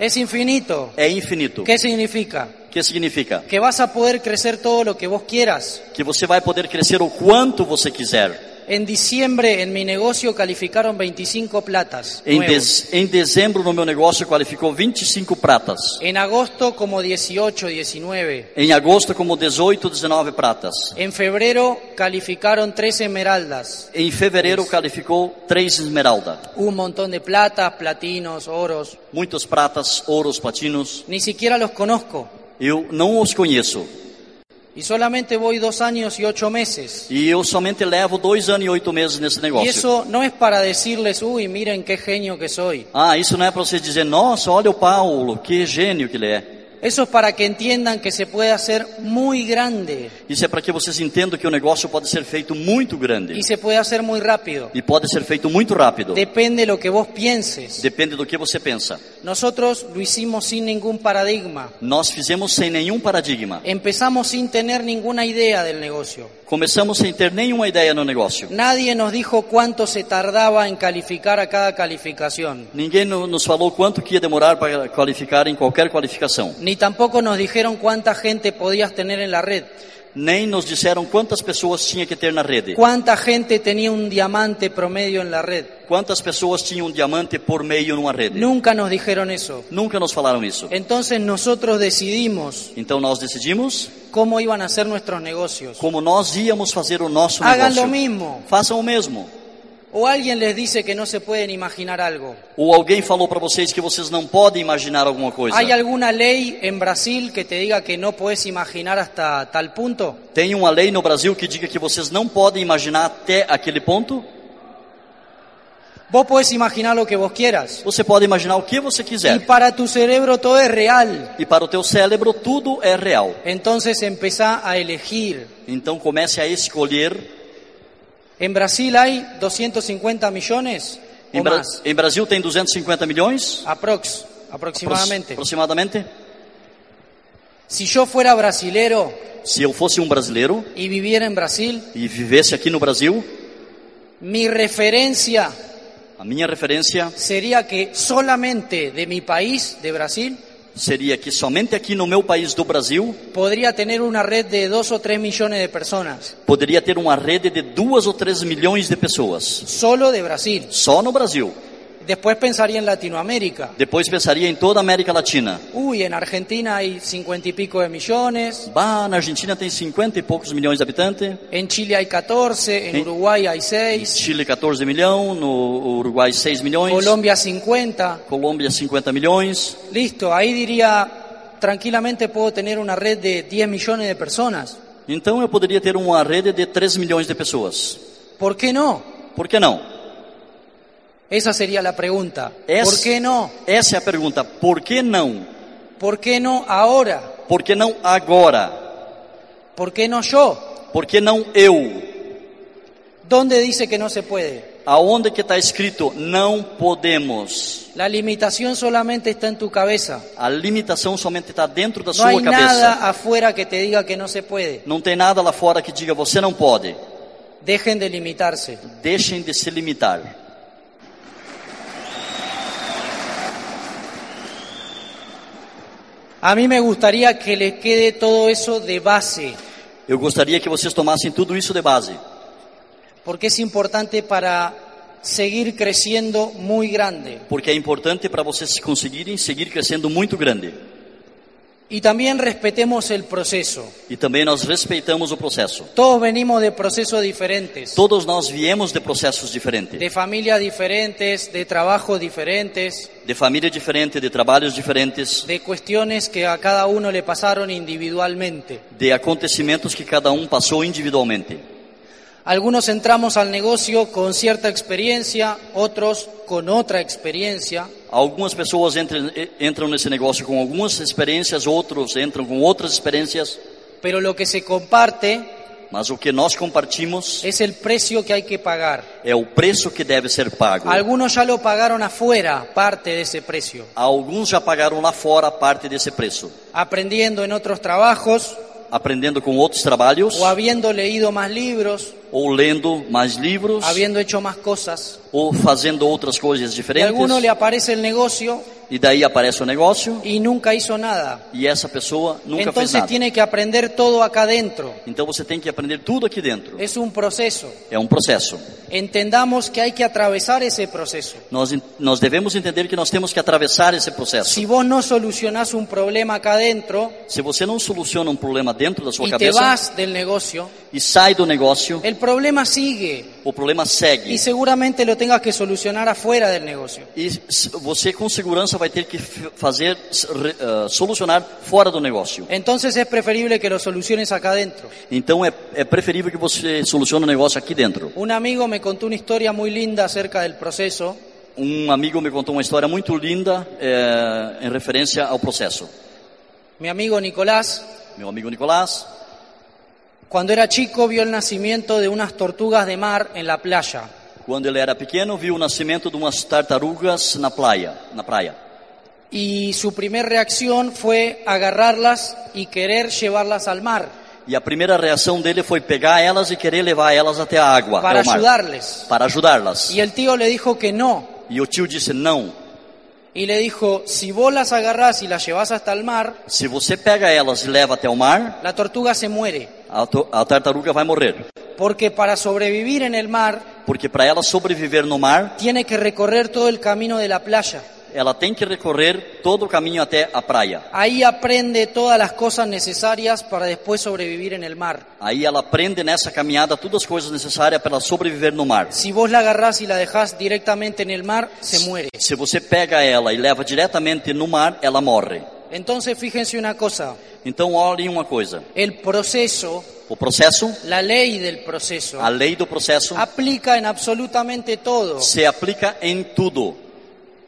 E: Es infinito.
D: É infinito.
E: ¿Qué significa?
D: O que significa?
E: Que vas a poder crecer todo lo que vos quieras.
D: Que você vai poder crescer o quanto você quiser.
E: En diciembre en mi negocio calificaron 25 platas.
D: Em,
E: nuevos.
D: dez- em dezembro, no meu negócio, qualificou 25 pratas.
E: En agosto como 18, 19.
D: Em agosto, como 18, 19 pratas.
E: En febrero calificaron 3 esmeraldas.
D: Em fevereiro, qualificou 3 esmeralda.
E: Un montón de platas, platinos, oros.
D: muitos pratas, ouros, platinos.
E: Ni siquiera los conozco.
D: Eu não os conheço.
E: Y solamente voy dos años y ocho meses.
D: E eu somente levo dois anos e oito meses nesse
E: Y
D: negócio.
E: eso no es para decirles, uy, miren qué genio que soy.
D: Ah, isso não é para você dizer, nossa, olha o Paulo, que gênio que ele é.
E: Eso es para que entiendan que se puede hacer muy grande
D: Isso é para que vocês entendam que o negócio pode ser feito muito grande.
E: y se puede hacer muy rápido.
D: E pode ser feito muito rápido.
E: Depende de lo que vos pienses.
D: Depende do que você pensa.
E: Nosotros lo hicimos sin ningún paradigma.
D: Nós fizemos sem nenhum paradigma.
E: Empezamos sin tener ninguna idea del negocio.
D: Começamos sem ter nenhuma ideia no negócio.
E: Nadie nos dijo cuánto se tardaba en calificar a cada calificación.
D: Ninguém no- nos falou quanto que ia demorar para qualificar em qualquer qualificação.
E: Ni tampoco nos dijeron cuánta gente podías tener en la red.
D: Nem nos disseram quantas pessoas tinha que ter na rede.
E: Cuánta gente tenía un diamante promedio en la red.
D: Quantas pessoas tinham um diamante por meio numa rede?
E: Nunca nos dijeron eso.
D: Nunca nos falaram isso.
E: Entonces nosotros decidimos
D: Então nós decidimos
E: cómo iban a ser nuestros negocios.
D: como nós íamos fazer o nosso
E: Hagan lo
D: negócio.
E: mismo.
D: Façam o mesmo.
E: O alguien les dice que no se pueden imaginar algo.
D: Ou alguém falou para vocês que vocês não podem imaginar alguma coisa.
E: ¿Hay alguna ley en Brasil que te diga que no puedes imaginar hasta tal punto?
D: Tem uma lei no Brasil que diga que vocês não podem imaginar até aquele ponto?
E: Vos podés imaginar lo que vos quieras.
D: Você pode imaginar o que você
E: Y
D: quiser.
E: para tu cerebro todo es real.
D: E para o teu cérebro tudo é real.
E: Entonces empezá a elegir.
D: Então comece a escolher.
E: En Brasil hay 250 millones o
D: Em, Bra-
E: más,
D: em Brasil tem 250 milhões?
E: aprox,
D: Apro-
E: aproximadamente.
D: Aproximadamente.
E: Si yo fuera brasilero,
D: se eu fosse um brasileiro
E: y viviera en Brasil,
D: e vivesse aqui no Brasil,
E: mi referencia
D: a minha referência
E: sería que solamente de mi país, de Brasil,
D: seria que somente aqui no meu país do Brasil
E: podría tener una red de dos o tres millones de personas,
D: poderia ter uma rede de duas ou três milhões de pessoas,
E: solo de Brasil.
D: só no Brasil.
E: Después pensaría en Latinoamérica.
D: Depois pensaria em toda a América Latina.
E: Uy, en Argentina hay cincuenta y pico de millones,
D: Bah, na Argentina tem 50 e poucos milhões de habitantes,
E: en Chile hay 14, en
D: Sí.
E: Uruguay hay
D: em
E: 6,
D: Chile 14 milhões, no Uruguai 6 milhões,
E: Colombia 50.
D: Colômbia 50 milhões.
E: Listo, ahí diría, tranquilamente puedo tener una red de 10 millones de personas.
D: Então eu poderia ter uma rede de 3 milhões de pessoas.
E: ¿Por qué no?
D: Por que não?
E: Esa sería la pregunta.
D: Es-
E: ¿Por qué no?
D: Essa é a pergunta. Por que não?
E: ¿Por qué no ahora?
D: Por que não agora?
E: ¿Por qué no yo?
D: Por que não eu?
E: ¿Dónde dice que no se puede?
D: Aonde que está escrito não podemos?
E: La limitación solamente está en tu cabeza.
D: A limitação somente está dentro da
E: No
D: sua
E: hay
D: cabeça.
E: nada afuera que te diga que no se puede.
D: Não tem nada lá fora que diga você não pode.
E: Dejen de limitarse.
D: Deixem de se limitar.
E: A mí me gustaría que les quede todo eso de base,
D: Eu gostaria que vocês tomassem tudo isso de base,
E: porque es importante para seguir creciendo muy grande.
D: porque é importante para vocês conseguirem seguir crescendo muito grande.
E: Y también respetemos el proceso.
D: E também nós respeitamos o processo.
E: Todos venimos de procesos diferentes,
D: Todos nós viemos de processos diferentes,
E: de familias diferentes, de trabajos diferentes,
D: de família diferente, de trabalhos diferentes,
E: de cuestiones que a cada uno le pasaron individualmente.
D: de acontecimentos que cada um passou individualmente.
E: Algunos entramos al negocio con cierta experiencia, otros con otra experiencia,
D: Algumas pessoas entram, eh, entram nesse negócio com algumas experiências, outros entram com outras experiências,
E: pero lo que se comparte
D: mas o que nós compartimos
E: es el precio que hay que pagar.
D: é o preço que deve ser pago.
E: Algunos ya lo pagaron afuera, parte de ese precio,
D: Alguns já pagaram lá fora parte desse preço,
E: aprendiendo en otros trabajos
D: aprendendo com outros trabalhos,
E: o habiendo leído más libros,
D: ou lendo mais livros,
E: habiendo hecho más cosas.
D: ou fazendo outras coisas
E: Y a
D: diferentes.
E: alguno le aparece el negocio
D: E daí aparece o negócio
E: y nunca hizo nada.
D: e essa pessoa nunca fez
E: Entonces
D: nada.
E: tiene que aprender todo acá adentro.
D: Então você tem que aprender tudo aqui dentro.
E: Es un proceso.
D: É um processo.
E: Entendamos que hay que atravesar esse proceso.
D: Nós, nós devemos entender que nós temos que atravessar esse processo.
E: Si vos no solucionás un problema acá adentro
D: Se você não soluciona um problema dentro da sua
E: y te
D: cabeça
E: vas del negocio,
D: e sai do negócio,
E: el problema sigue
D: o problema segue.
E: y seguramente lo tengas que solucionar afuera del negocio.
D: E s- você com segurança vai ter que f- fazer s- re- ah, solucionar fora do negócio.
E: Entonces es preferible que lo soluciones acá adentro.
D: Então é, é preferível que você solucione o negócio aqui dentro.
E: Un amigo me contó una historia muy linda acerca del proceso.
D: Um amigo me contou uma história muito linda eh, em referência ao processo.
E: Mi amigo Nicolás
D: Meu amigo Nicolás,
E: Cuando era chico vio el nacimiento de unas tortugas de mar en la playa.
D: quando ele era pequeno, viu o nascimento de umas tartarugas na praia. Na praia.
E: Y su primer reacción fue agarrarlas y querer llevarlas al mar
D: E a primeira reação dele foi pegar elas e querer levar elas até a água,
E: para
D: até o mar,
E: ayudarles.
D: para ajudá-las.
E: Y el tío le dijo que no.
D: E o tio disse não.
E: Y le dijo, si vos las agarrás y las llevas hasta el mar,
D: Se você pega elas e leva até o mar,
E: la tortuga se muere.
D: a, to- a tartaruga vai morrer,
E: Porque para sobrevivir en el mar
D: porque para ela sobreviver no mar,
E: tiene que recorrer todo el camino de la playa.
D: ela tem que recorrer todo o caminho até a praia.
E: Ahí aprende todas las cosas necesarias para después sobrevivir en el mar.
D: Aí ela aprende nessa caminhada todas as coisas necessárias para ela sobreviver no mar.
E: Si vos la agarrás y la dejás directamente en el mar, se muere.
D: Se você pega ela e leva diretamente no mar, ela morre.
E: Entonces, fíjense una cosa,
D: Então olhem uma coisa,
E: el proceso,
D: o processo,
E: la ley del proceso,
D: a lei do processo
E: aplica en absolutamente todo,
D: se aplica em tudo,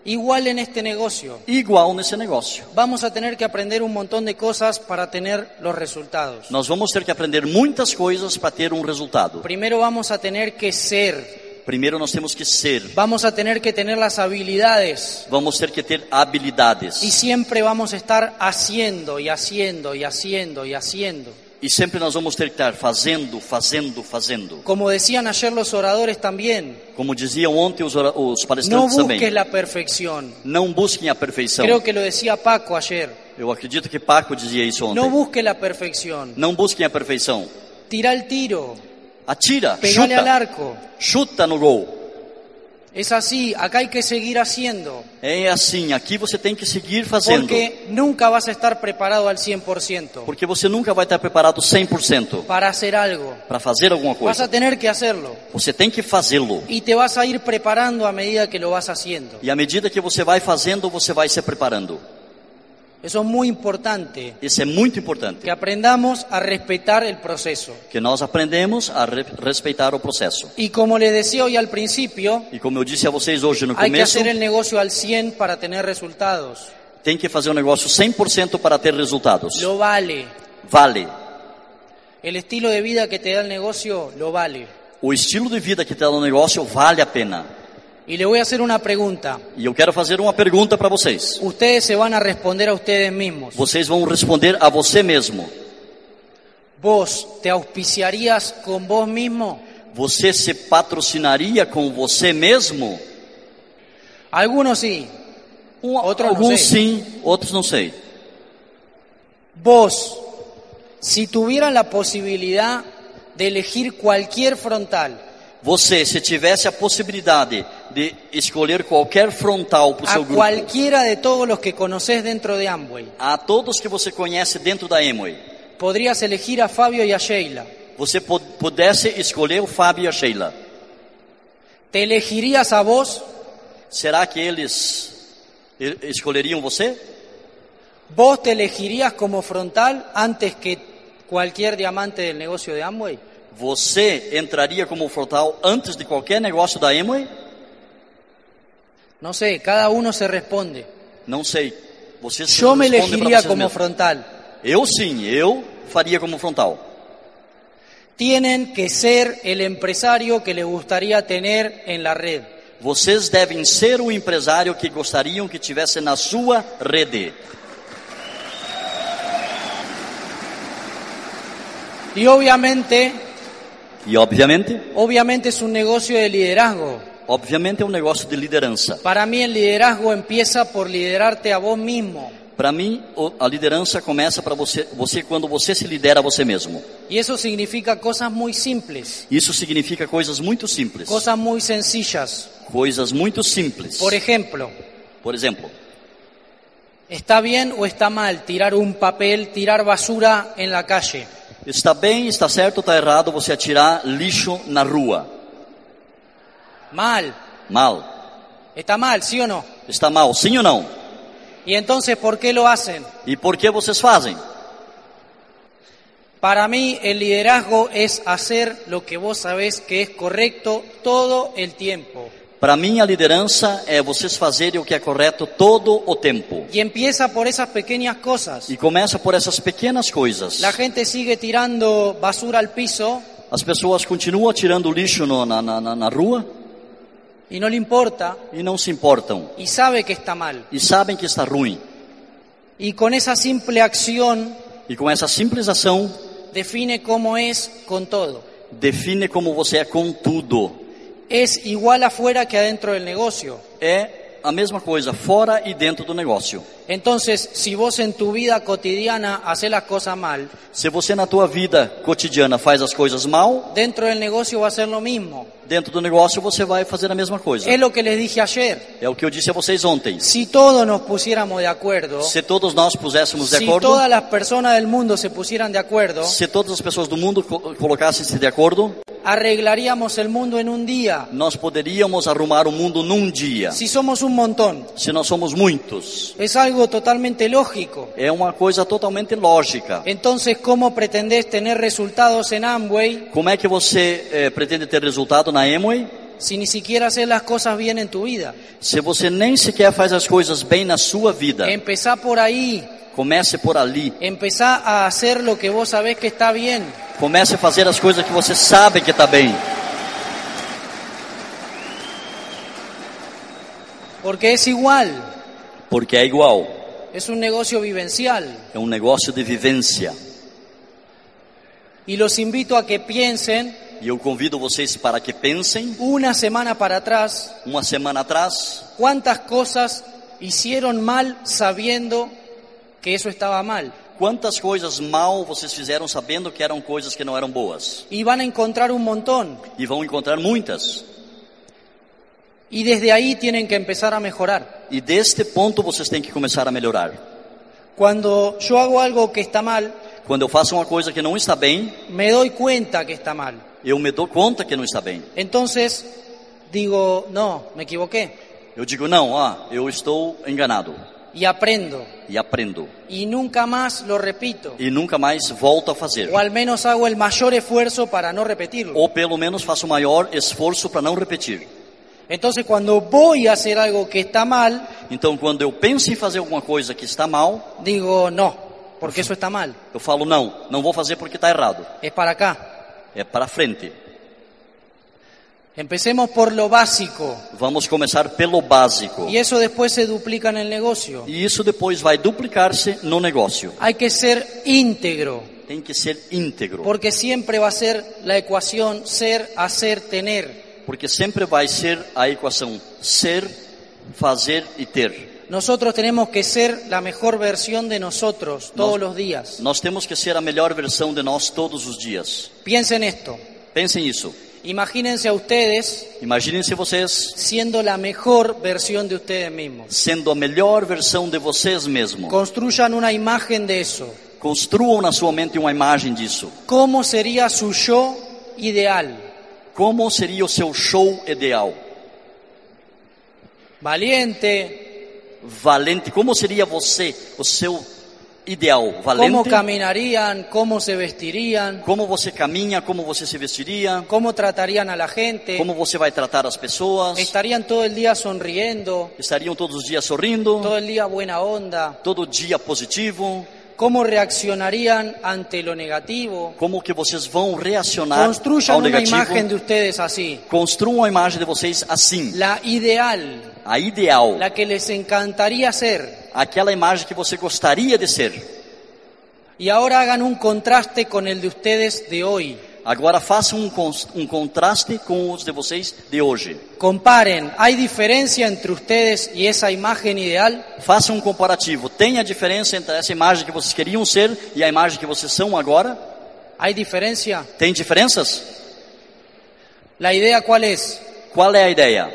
E: igual en este negocio.
D: igual nesse negócio.
E: Vamos a tener que aprender un montón de cosas para tener los resultados.
D: Nós vamos ter que aprender muitas coisas para ter um resultado.
E: Primero vamos a tener que ser,
D: Primeiro nós temos que ser,
E: vamos a tener que tener las habilidades
D: vamos ter que ter
E: y
D: habilidades.
E: siempre vamos a estar haciendo y haciendo y haciendo y haciendo.
D: E sempre nós vamos ter que estar fazendo, fazendo, fazendo.
E: Como decían ayer los oradores también,
D: Como diziam ontem os, ora- os
E: no
D: palestrantes
E: busques
D: também.
E: la perfección.
D: Não busquem a perfeição.
E: Creo que lo decía Paco ayer.
D: Eu acredito que Paco dizia isso ontem.
E: No busques la perfección.
D: Não busquem a perfeição.
E: Tira el tiro,
D: Atira,
E: pegale al
D: chuta,
E: arco.
D: chuta no gol.
E: Es así, acá hay que seguir haciendo.
D: É assim, aqui você tem que seguir fazendo.
E: Porque nunca vas a estar preparado al 100%
D: Porque você nunca vai estar preparado 100%
E: para hacer algo.
D: para fazer alguma
E: Vas
D: coisa.
E: a tener que hacerlo
D: Você tem que fazê-lo.
E: y te vas a ir preparando a medida que lo vas haciendo.
D: E à medida que você vai fazendo, você vai se preparando.
E: Eso es muy importante,
D: Isso é muito importante.
E: que aprendamos a respetar el proceso.
D: Que nós aprendemos a re- respeitar o processo.
E: Y como les decía hoy al principio,
D: E como eu disse a vocês hoje no
E: hay que
D: começo,
E: hacer el negocio al 100 para tener resultados.
D: tem que fazer um negócio 100% para ter resultados.
E: Lo vale.
D: Vale.
E: El estilo de vida que te da el negocio lo vale.
D: O estilo de vida que está no negócio vale a pena.
E: Y le voy a hacer una pregunta.
D: E eu quero fazer uma pergunta para vocês.
E: Ustedes se van a responder a ustedes mismos.
D: Vocês vão responder a você mesmo.
E: ¿Vos te auspiciarías con vos mismo?
D: Você se patrocinaria com você mesmo?
E: Algunos sí,
D: Um-
E: Outro não
D: Alguns
E: sei.
D: sim, outros não sei.
E: Vos, si tuvieran la posibilidad de elegir cualquier frontal,
D: Você, se tivesse a possibilidade de escolher qualquer frontal para o
E: a
D: seu grupo,
E: cualquiera de todos los que conoces dentro de Amway,
D: a todos que você conhece dentro da Emoi,
E: podrías elegir a Fabio y a Sheila.
D: você pu- pudesse escolher o Fábio e a Sheila,
E: ¿Te elegirías a vos?
D: será que eles e- escolheriam você?
E: ¿Vos te elegirías como frontal antes que cualquier diamante del negocio de Amway?
D: Você entraria como frontal antes de qualquer negócio da Emoi?
E: No sé, cada uno se responde.
D: Não sei. Você se
E: Yo
D: responde pra
E: me elegiría
D: vocês
E: como
D: mesmos.
E: frontal.
D: Eu sim, eu faria como frontal.
E: Tienen que ser el empresario que le gustaría tener en la red.
D: Vocês devem ser o empresário que gostariam que tivesse na sua rede.
E: Y obviamente
D: E obviamente,
E: Obviamente es un negocio de liderazgo.
D: obviamente é um negócio de liderança.
E: Para mí el liderazgo empieza por liderarte a vos mismo.
D: Para mim, o- a liderança começa para você, você quando você se lidera a você mesmo.
E: Y eso significa cosas muy simples,
D: Isso significa coisas muito simples.
E: cosas muy sencillas.
D: Coisas muito simples.
E: Por ejemplo,
D: Por exemplo,
E: ¿está bien o está mal tirar un papel, tirar basura en la calle?
D: está bem, está certo, está errado você atirar lixo na rua.
E: Mal.
D: Mal.
E: ¿Está mal, sí o no?
D: Está mal, sim ou não?
E: Y entonces, ¿por qué lo hacen?
D: E por que vocês fazem?
E: Para mí el liderazgo es hacer lo que vos sabés que es correcto todo el tiempo.
D: Para mim, a liderança é vocês fazerem o que é correto todo o tempo.
E: Y empieza por esas pequeñas cosas.
D: E começa por essas pequenas coisas.
E: La gente sigue tirando basura al piso
D: As pessoas continuam atirando lixo no- na, na, na- na rua
E: y no le importa
D: e não se importam.
E: y sabe que está mal.
D: E sabem que está ruim.
E: Y con esa simple acción
D: E com essa simples ação,
E: define cómo es con todo.
D: define como você é com tudo.
E: Es igual afuera que adentro del negocio.
D: É a mesma coisa, fora e dentro do negócio.
E: Entonces, si vos en tu vida cotidiana haces las cosas mal,
D: Se você na tua vida cotidiana faz as coisas mal,
E: dentro del negocio va a ser lo mismo.
D: dentro do negócio você vai fazer a mesma coisa.
E: Es lo que les dije ayer.
D: É o que eu disse a vocês ontem.
E: Si todos nos pusiéramos de acuerdo,
D: Se todos nós puséssemos de
E: si
D: acordo,
E: todas las personas del mundo se pusieran de acuerdo,
D: se todas as pessoas do mundo co- colocassem-se de acordo,
E: arreglaríamos el mundo en un día.
D: nós poderíamos arrumar o mundo num dia.
E: Si somos un montón,
D: Se nós somos muitos,
E: Es algo totalmente lógico.
D: é uma coisa totalmente lógica.
E: É. Entonces, ¿cómo pretendés tener resultados en Amway
D: Como é que você eh, pretende ter resultado na Amway
E: si ni siquiera haces las cosas bien en tu vida?
D: se você nem sequer faz as coisas bem na sua vida?
E: Empezá por ahí,
D: Comece por ali.
E: empezá a hacer lo que vos sabés que está bien.
D: Comece a fazer as coisas que você sabe que está bem.
E: Porque es igual,
D: Porque é igual.
E: es un negocio vivencial.
D: É um negócio de vivência.
E: Y los invito a que piensen
D: E eu convido vocês para que pensem,
E: una semana para atrás
D: uma semana atrás,
E: cuántas cosas hicieron mal sabiendo que eso estaba mal.
D: quantas coisas mal vocês fizeram sabendo que eram coisas que não eram boas.
E: Y van a encontrar un montón.
D: E vão encontrar muitas.
E: Y desde ahí tienen que empezar a mejorar.
D: E deste ponto vocês têm que começar a melhorar.
E: Cuando yo hago algo que está mal,
D: Quando eu faço uma coisa que não está bem,
E: me doy cuenta que está mal.
D: eu me dou conta que não está bem.
E: Entonces digo, no, me equivoqué.
D: Eu digo, não, ó, eu estou enganado.
E: Y aprendo.
D: E aprendo.
E: Y nunca más lo repito.
D: E nunca mais volto a fazer.
E: O al menos hago el mayor esfuerzo para no repetirlo.
D: Ou pelo menos faço o maior esforço para não repetir.
E: Entonces cuando voy a hacer algo que está mal,
D: Então, quando eu penso em fazer alguma coisa que está mal,
E: digo, no, porque eso está mal.
D: eu falo, não, não vou fazer porque está errado.
E: Es para acá.
D: É para frente.
E: Empecemos por lo básico
D: Vamos começar pelo básico.
E: y eso después se duplica en el negocio.
D: E isso depois vai duplicar-se no negócio.
E: Hay que ser íntegro
D: Tem que ser íntegro.
E: porque siempre va a ser la ecuación ser, hacer, tener.
D: Porque sempre vai ser a equación ser, fazer e ter.
E: Nosotros tenemos que ser la mejor versión de nosotros todos los días.
D: Nós temos que ser a melhor versão de nós todos os dias.
E: Piensen esto.
D: Pensem isso.
E: Imagínense a ustedes
D: Imaginem-se vocês
E: siendo la mejor versión de ustedes mismos.
D: sendo a melhor versão de vocês mesmos.
E: Construyan una imagen de eso.
D: Construam na sua mente uma imagem disso.
E: ¿Cómo sería su yo ideal?
D: Como seria o seu show ideal?
E: Valiente,
D: Valente, como seria você, o seu ideal?
E: cómo
D: Valente?
E: caminarían, cómo se vestirían,
D: Como você caminha, como você se vestiria,
E: cómo tratarían a la gente,
D: como você vai tratar as pessoas?
E: estarían todo el día sonriendo,
D: Estariam todos os dias sorrindo?
E: todo el día buena onda,
D: todo dia positivo,
E: cómo reaccionarían ante lo negativo.
D: como que vocês vão reacionar ao
E: Construyan una
D: negativo.
E: imagen de ustedes así,
D: Construam a imagem de vocês assim,
E: la ideal,
D: a ideal,
E: la que les encantaría ser.
D: aquela imagem que você gostaria de ser.
E: Y ahora hagan un contraste con el de ustedes de hoy.
D: Agora façam um, cons- um contraste com os de vocês de hoje.
E: Comparen, ¿hay diferencia entre ustedes y esa imagen ideal?
D: Façam um comparativo. Tem a diferença entre essa imagem que vocês queriam ser e a imagem que vocês são agora?
E: ¿Hay diferencia?
D: Tem diferenças?
E: ¿La idea cuál es?
D: Qual é a ideia?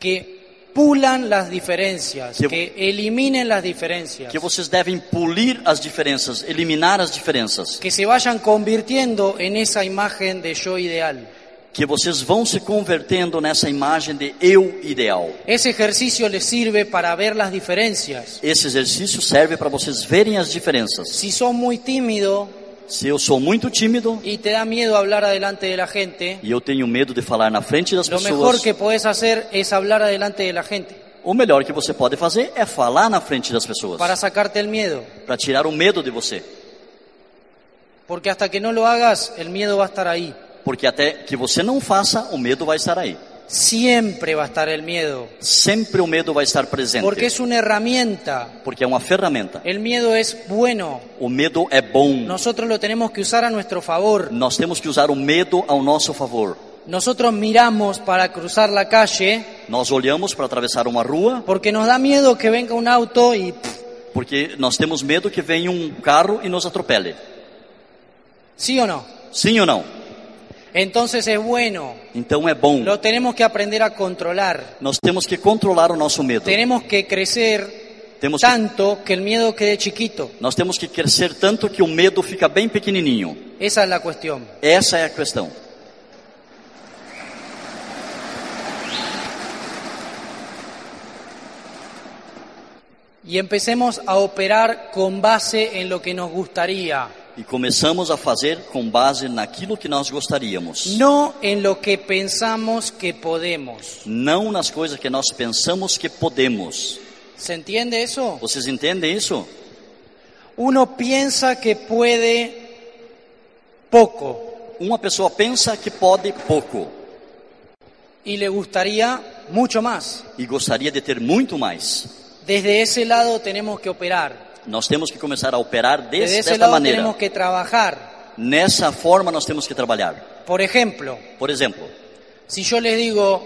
E: Que pulan las diferencias,
D: Que-
E: que eliminen las diferencias.
D: Que vocês devem polir as diferenças, eliminar as diferenças.
E: que se vayan convirtiendo en esa imagen de yo ideal.
D: Que vocês vão se convertendo nessa imagem de eu ideal.
E: Ese ejercicio les sirve para ver las diferencias.
D: Esse exercício serve para vocês verem as diferenças.
E: Si sos muy tímido
D: Se eu sou muito tímido
E: y te da miedo hablar adelante de la gente,
D: e eu tenho medo de falar na frente das
E: lo mejor
D: pessoas,
E: que podés hacer es hablar adelante de la gente
D: o melhor que você pode fazer é falar na frente das pessoas
E: para sacarte el miedo.
D: para tirar o medo de você,
E: Porque hasta que no lo hagas, el miedo va a estar ahí.
D: porque até que você não faça, o medo vai estar aí.
E: Siempre va a estar el miedo.
D: Sempre o medo vai estar presente,
E: Porque es una herramienta.
D: porque é uma ferramenta.
E: El miedo es bueno.
D: O medo é bom.
E: Nosotros lo tenemos que usar a nuestro favor.
D: Nós temos que usar o medo ao nosso favor.
E: Nosotros miramos para cruzar la calle
D: Nós olhamos para atravessar uma rua
E: Porque nos da miedo que venga un auto y pff,
D: porque nós temos medo que venha um carro e nos atropele.
E: sí o no.
D: Sim ou não?
E: Entonces es bueno.
D: Então é bom.
E: Lo tenemos que aprender a controlar.
D: Nós temos que controlar o nosso medo.
E: Tenemos que crecer
D: Temos que-
E: tanto que el miedo quede chiquito.
D: nós temos que crescer tanto que o medo fica bem pequenininho.
E: Esa es la cuestión.
D: Essa é a questão.
E: Y empecemos a operar con base en lo que nos gustaría,
D: E começamos a fazer com base naquilo que nós gostaríamos,
E: no en lo que pensamos que podemos.
D: não nas coisas que nós pensamos que podemos.
E: ¿Se entiende eso?
D: Vocês entendem isso?
E: Uno piensa que puede poco
D: Uma pessoa pensa que pode pouco
E: y le gustaría mucho más.
D: e gostaria de ter muito mais.
E: Desde ese lado tenemos que operar.
D: Nós temos que começar a operar des,
E: Desde ese
D: desta
E: lado
D: maneira.
E: tenemos que trabajar.
D: Nessa forma nós temos que trabalhar.
E: Por ejemplo,
D: Por exemplo,
E: si yo les digo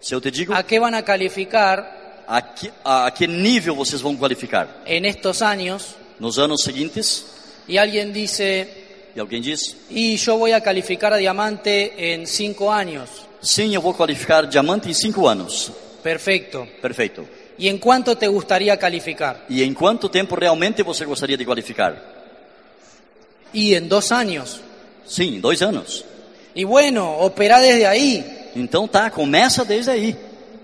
D: se eu te digo
E: a qué van a calificar
D: a que, a que nível vocês vão qualificar
E: en estos años
D: nos anos seguintes,
E: y alguien dice,
D: e alguém diz,
E: y yo voy a calificar a diamante en cinco años,
D: sim, eu vou qualificar diamante em cinco anos.
E: perfecto.
D: Perfeito.
E: ¿Y en cuánto te gustaría calificar?
D: E em quanto tempo realmente você gostaria de qualificar?
E: Y en dos años.
D: Sim, em dois anos.
E: Y bueno, operá desde ahí.
D: Então tá, começa desde aí.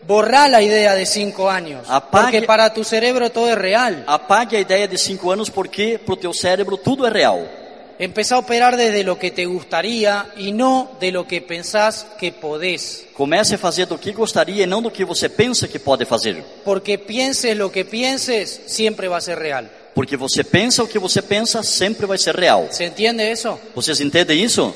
E: Borrá la idea de cinco años.
D: Apague-
E: Porque para tu cerebro todo es real.
D: Apague a ideia de cinco anos porque pro teu cérebro tudo é real.
E: Empezá a operar desde lo que te gustaría y no de lo que pensás que podés.
D: Comece a fazer do que gostaria e não do que você pensa que pode fazer.
E: Porque pienses lo que pienses, siempre va a ser real.
D: Porque você pensa o que você pensa sempre vai ser real.
E: ¿Se entiende eso?
D: Vocês entendem isso?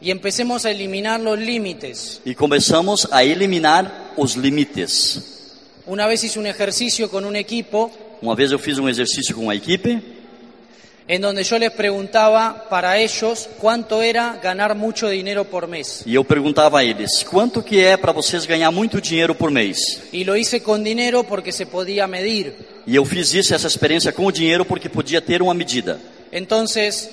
E: Y empecemos a eliminar los límites.
D: E começamos a eliminar os limites.
E: Una vez hice un ejercicio con un equipo
D: Uma vez eu fiz um exercício com a equipe
E: en donde yo les preguntaba para ellos cuánto era ganar mucho dinero por mes.
D: e eu perguntava a eles: "Quanto que é para vocês ganhar muito dinheiro por mês?"
E: Y lo hice con dinero porque se podía medir.
D: E eu fiz isso essa experiência com o dinheiro porque podia ter uma medida.
E: Entonces,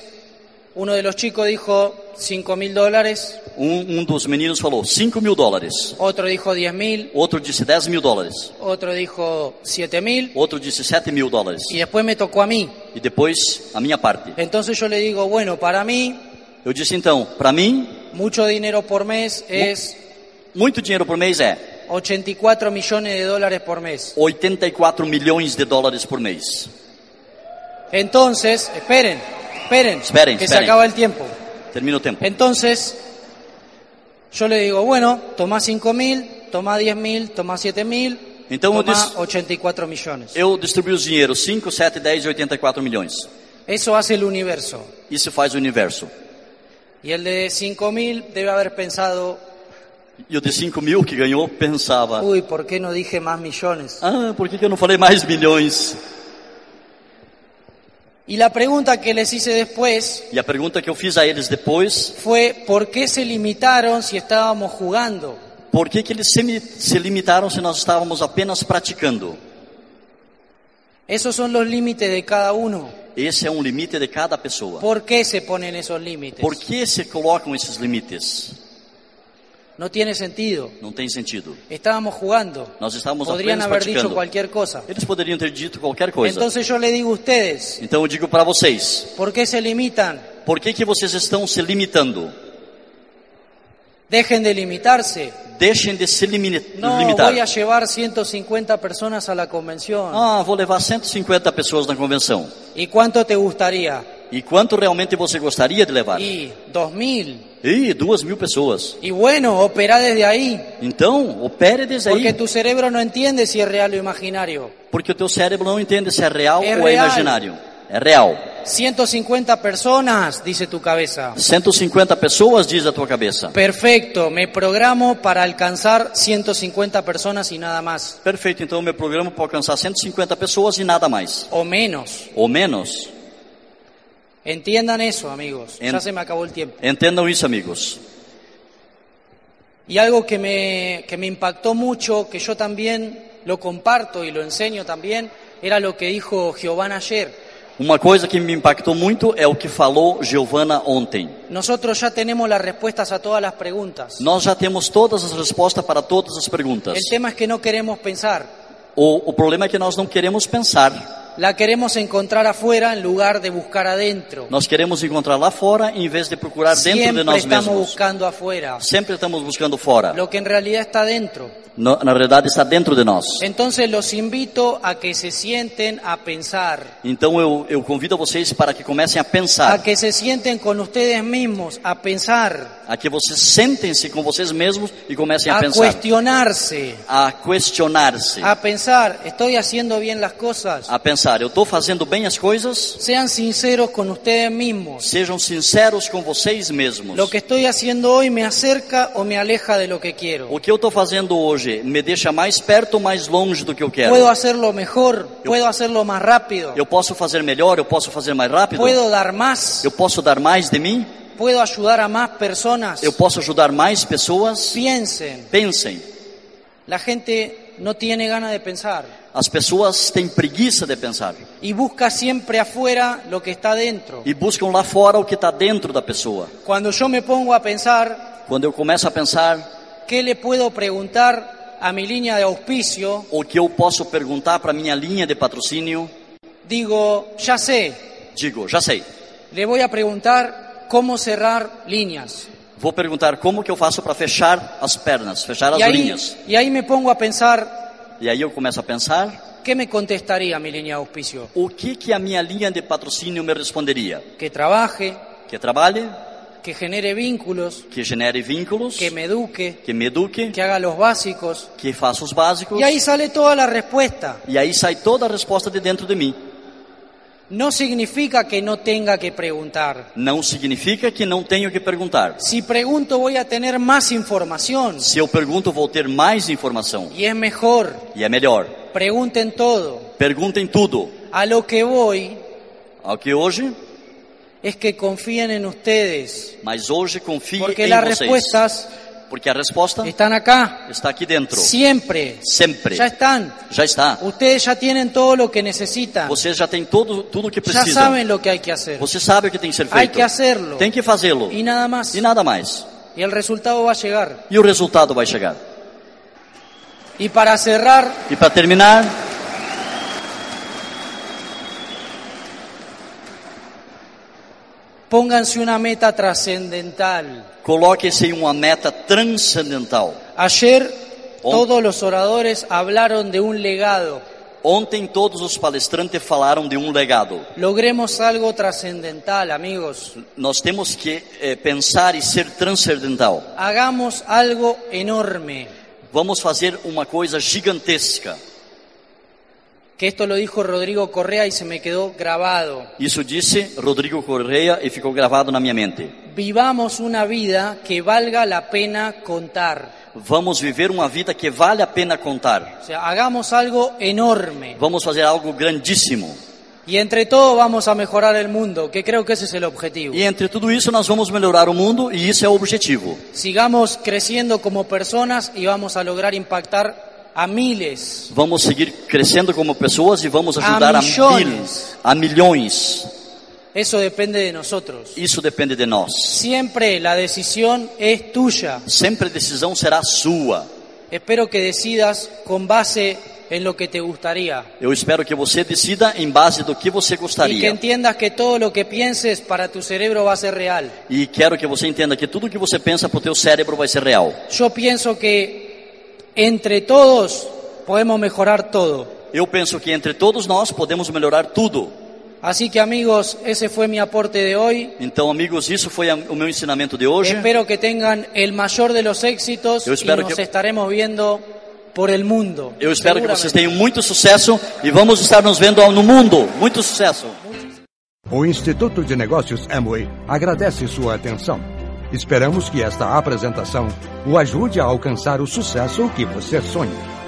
E: uno de los chicos dijo 5 mil dólares,
D: Um, um dos meninos falou 5 mil dólares,
E: otro dijo 10 mil,
D: outro disse 10 mil dólares,
E: otro dijo 7 mil
D: outro disse 7 mil dólares.
E: y después me tocó a mí.
D: E depois a minha parte.
E: Entonces yo le digo, bueno, para mí
D: Eu disse então, para mim,
E: mucho dinero por mes es
D: muito dinheiro por mês é
E: 84 millones de dólares por mes.
D: 84 milhões de dólares por mês.
E: Entonces, esperen, esperen,
D: Esperen,
E: que
D: esperen.
E: se acaba el tiempo.
D: Termina o tempo.
E: Entonces, yo le digo, bueno, toma 5 mil, toma 10 mil, toma 7 mil,
D: Então eu,
E: toma
D: dis,
E: 84 millones.
D: eu distribuí os dinheiros 5, 7, 10 e 84 milhões.
E: Eso hace el universo.
D: Isso faz o universo.
E: Y el de 5.000 debe haber pensado,
D: E o de 5 mil que ganhou pensava,
E: uy, ¿por qué no dije más millones?
D: ah, por que, que eu não falei mais milhões?
E: Y la pregunta que les hice después
D: E a pergunta que eu fiz a eles depois,
E: fue, ¿por qué se limitaron si estábamos jugando?
D: por que, que eles se, mi- se limitaram se nós estávamos apenas praticando?
E: Esos son los límites de cada uno.
D: Esse é um limite de cada pessoa.
E: ¿Por qué se ponen esos límites?
D: Por que se colocam esses limites?
E: No tiene sentido.
D: Não tem sentido.
E: Estábamos jugando.
D: Nós estávamos
E: Podrían
D: apenas
E: haber dicho
D: praticando.
E: cualquier Então, cosa.
D: Eles poderiam ter dito qualquer coisa.
E: Entonces yo le digo a ustedes,
D: Então eu digo para vocês,
E: ¿por qué se limitan?
D: por que que vocês estão se limitando?
E: Dejen de limitarse.
D: Deixem de se limi-
E: No,
D: limitar.
E: voy a llevar 150 personas a la convención.
D: Ah, vou levar 150 pessoas na convenção.
E: ¿Y cuánto te gustaría?
D: E quanto realmente você gostaria de levar?
E: Y 2000.
D: Ih, duas mil pessoas.
E: Y bueno, opera desde ahí.
D: Então, opere desde
E: Porque
D: aí,
E: tu cerebro no entiende si es real o imaginario.
D: porque o teu cérebro não entende se é real
E: É
D: ou é
E: real.
D: imaginário. É real.
E: 150 personas, dice tu cabeza.
D: 150 pessoas, diz a tua cabeça.
E: Perfecto, me programo para alcanzar 150 personas y nada más.
D: Perfeito, então meu programa para alcançar 150 pessoas e nada mais.
E: O menos.
D: Ou menos.
E: Entiendan eso, amigos.
D: En-
E: Ya se me acabou el tiempo.
D: Entendam isso, amigos.
E: Y algo que me, que me impactó mucho, que yo también lo comparto y lo enseño también, era lo que dijo Giovanna ayer.
D: Uma coisa que me impactou muito é o que falou Giovana ontem.
E: Nosotros ya tenemos las respuestas a todas las preguntas.
D: Nós já temos todas as respostas para todas as perguntas.
E: El tema es que no queremos pensar,
D: O, o problema é que nós não queremos pensar.
E: la queremos encontrar afuera en lugar de buscar adentro.
D: Nós queremos encontrar lá fora em vez de procurar dentro de
E: Siempre
D: nós
E: estamos
D: mesmos.
E: buscando afuera,
D: Sempre estamos buscando fora.
E: lo que en realidad está dentro.
D: No- na verdade, está dentro de nós.
E: Entonces los invito a que se sienten a pensar,
D: Então eu, eu convido vocês para que comecem a
E: a
D: pensar,
E: que se sienten con ustedes mismos a pensar,
D: a que vocês sentem-se com vocês mesmos e comecem a,
E: a
D: pensar,
E: cuestionarse,
D: a questionar-se, a...
E: a pensar, ¿estoy haciendo bien las cosas?
D: pensar, eu estou fazendo bem as coisas?
E: Sean sinceros con ustedes mismos.
D: Sejam sinceros com vocês mesmos.
E: ¿Lo que estoy haciendo hoy me acerca o me aleja de lo que quiero?
D: O que eu estou fazendo hoje me deixa mais perto ou mais longe do que eu quero?
E: ¿Puedo hacerlo mejor? ¿Puedo hacerlo más rápido?
D: Eu posso fazer melhor, eu posso fazer mais rápido?
E: ¿Puedo dar más?
D: Eu posso dar mais de mim?
E: ¿Puedo ayudar a más personas?
D: Eu posso ajudar mais pessoas?
E: Piensen.
D: Pensem,
E: La gente no tiene ganas de pensar
D: as pessoas têm preguiça de pensar
E: y busca siempre afuera lo que está dentro.
D: e buscam lá fora o que está dentro da pessoa.
E: Cuando yo me pongo a pensar
D: Quando eu começo a pensar
E: qué le puedo preguntar a mi línea de auspicio,
D: o que eu posso perguntar para minha linha de patrocínio,
E: digo, ya sé,
D: digo, já sei.
E: le voy a preguntar cómo cerrar líneas.
D: Vou perguntar como que eu faço para fechar as pernas, fechar as
E: Y ahí,
D: linhas.
E: y ahí me pongo a pensar
D: E aí eu começo a pensar
E: qué me contestaría mi línea de auspicio.
D: o que que a minha linha de patrocínio me responderia?
E: Que trabaje,
D: Que trabalhe,
E: que genere vínculos,
D: que genere vínculos,
E: que me eduque,
D: que me eduque,
E: que haga los básicos.
D: que faça os básicos.
E: Y ahí sale toda la respuesta.
D: E aí sai toda a resposta de dentro de mim.
E: No significa que no tenga que preguntar.
D: Não significa que não tenho que perguntar.
E: Si pregunto voy a tener más información
D: Se eu pergunto, vou ter mais informação.
E: y es mejor.
D: E é melhor.
E: Pregunten todo.
D: Perguntem tudo.
E: A lo que voy
D: Ao que hoje,
E: es que confíen en ustedes,
D: mas hoje confie
E: porque
D: em
E: las
D: vocês.
E: respuestas
D: Porque a resposta
E: están acá
D: está aqui dentro.
E: siempre.
D: Sempre.
E: Ya están.
D: Já está.
E: Ustedes ya tienen todo lo que necesitan.
D: Vocês já têm todo, tudo o que
E: Ya
D: precisam.
E: saben lo que hay que hacer.
D: Você sabe o que tem que ser
E: Hay
D: feito.
E: que hacerlo.
D: Tem que fazê-lo.
E: Y nada más.
D: E nada mais.
E: Y el resultado va a llegar.
D: E o resultado vai chegar.
E: Y para cerrar,
D: E para terminar,
E: pónganse una meta trascendental.
D: coloque-se em uma meta transcendental.
E: Ayer
D: Oh.
E: todos los oradores hablaron de un legado.
D: Ontem todos os palestrantes falaram de um legado.
E: Logremos algo trascendental, amigos.
D: Nós temos que eh, pensar e ser transcendental.
E: Hagamos algo enorme.
D: Vamos fazer uma coisa gigantesca.
E: Que esto lo dijo Rodrigo Correa y se me quedó grabado.
D: Isso disse Rodrigo Correia e ficou gravado na minha mente.
E: Vivamos una vida que valga la pena contar.
D: Vamos viver uma vida que vale a pena contar.
E: O sea, hagamos algo enorme.
D: Vamos fazer algo grandíssimo.
E: Y entre todos vamos a mejorar el mundo, que creo que ese es el objetivo.
D: E entre tudo isso nós vamos melhorar o mundo e isso é o objetivo.
E: Sigamos creciendo como personas y vamos a lograr impactar a miles.
D: Vamos seguir crescendo como pessoas e vamos
E: A
D: ajudar a,
E: milhões.
D: milhões, a milhões.
E: Eso depende de nosotros.
D: Isso depende de nós.
E: Siempre la decisión es tuya.
D: Sempre a decisão será sua.
E: Espero que decidas con base en lo que te gustaría.
D: Eu espero que você decida em base do que você
E: Y que
D: gostaria.
E: entiendas que todo lo que pienses para tu cerebro va a ser real.
D: E quero que você entenda que tudo que você pensa pro teu cérebro vai ser real.
E: Yo pienso que entre todos podemos mejorar todo.
D: Eu penso que entre todos nós podemos melhorar tudo.
E: Así que amigos, ese fue mi aporte de hoy.
D: Então, amigos, isso foi a- o meu ensinamento de hoje.
E: Espero que tengan el mayor de los éxitos
D: Yo
E: y
D: espero
E: nos
D: que-
E: estaremos viendo por el mundo.
D: Eu espero que vocês
E: seguramente.
D: tenham muito sucesso e vamos estar nos vendo no mundo. Muito sucesso.
A: O Instituto de Negócios Amway agradece sua atenção. Esperamos que esta apresentação o ajude a alcançar o sucesso que você sonha.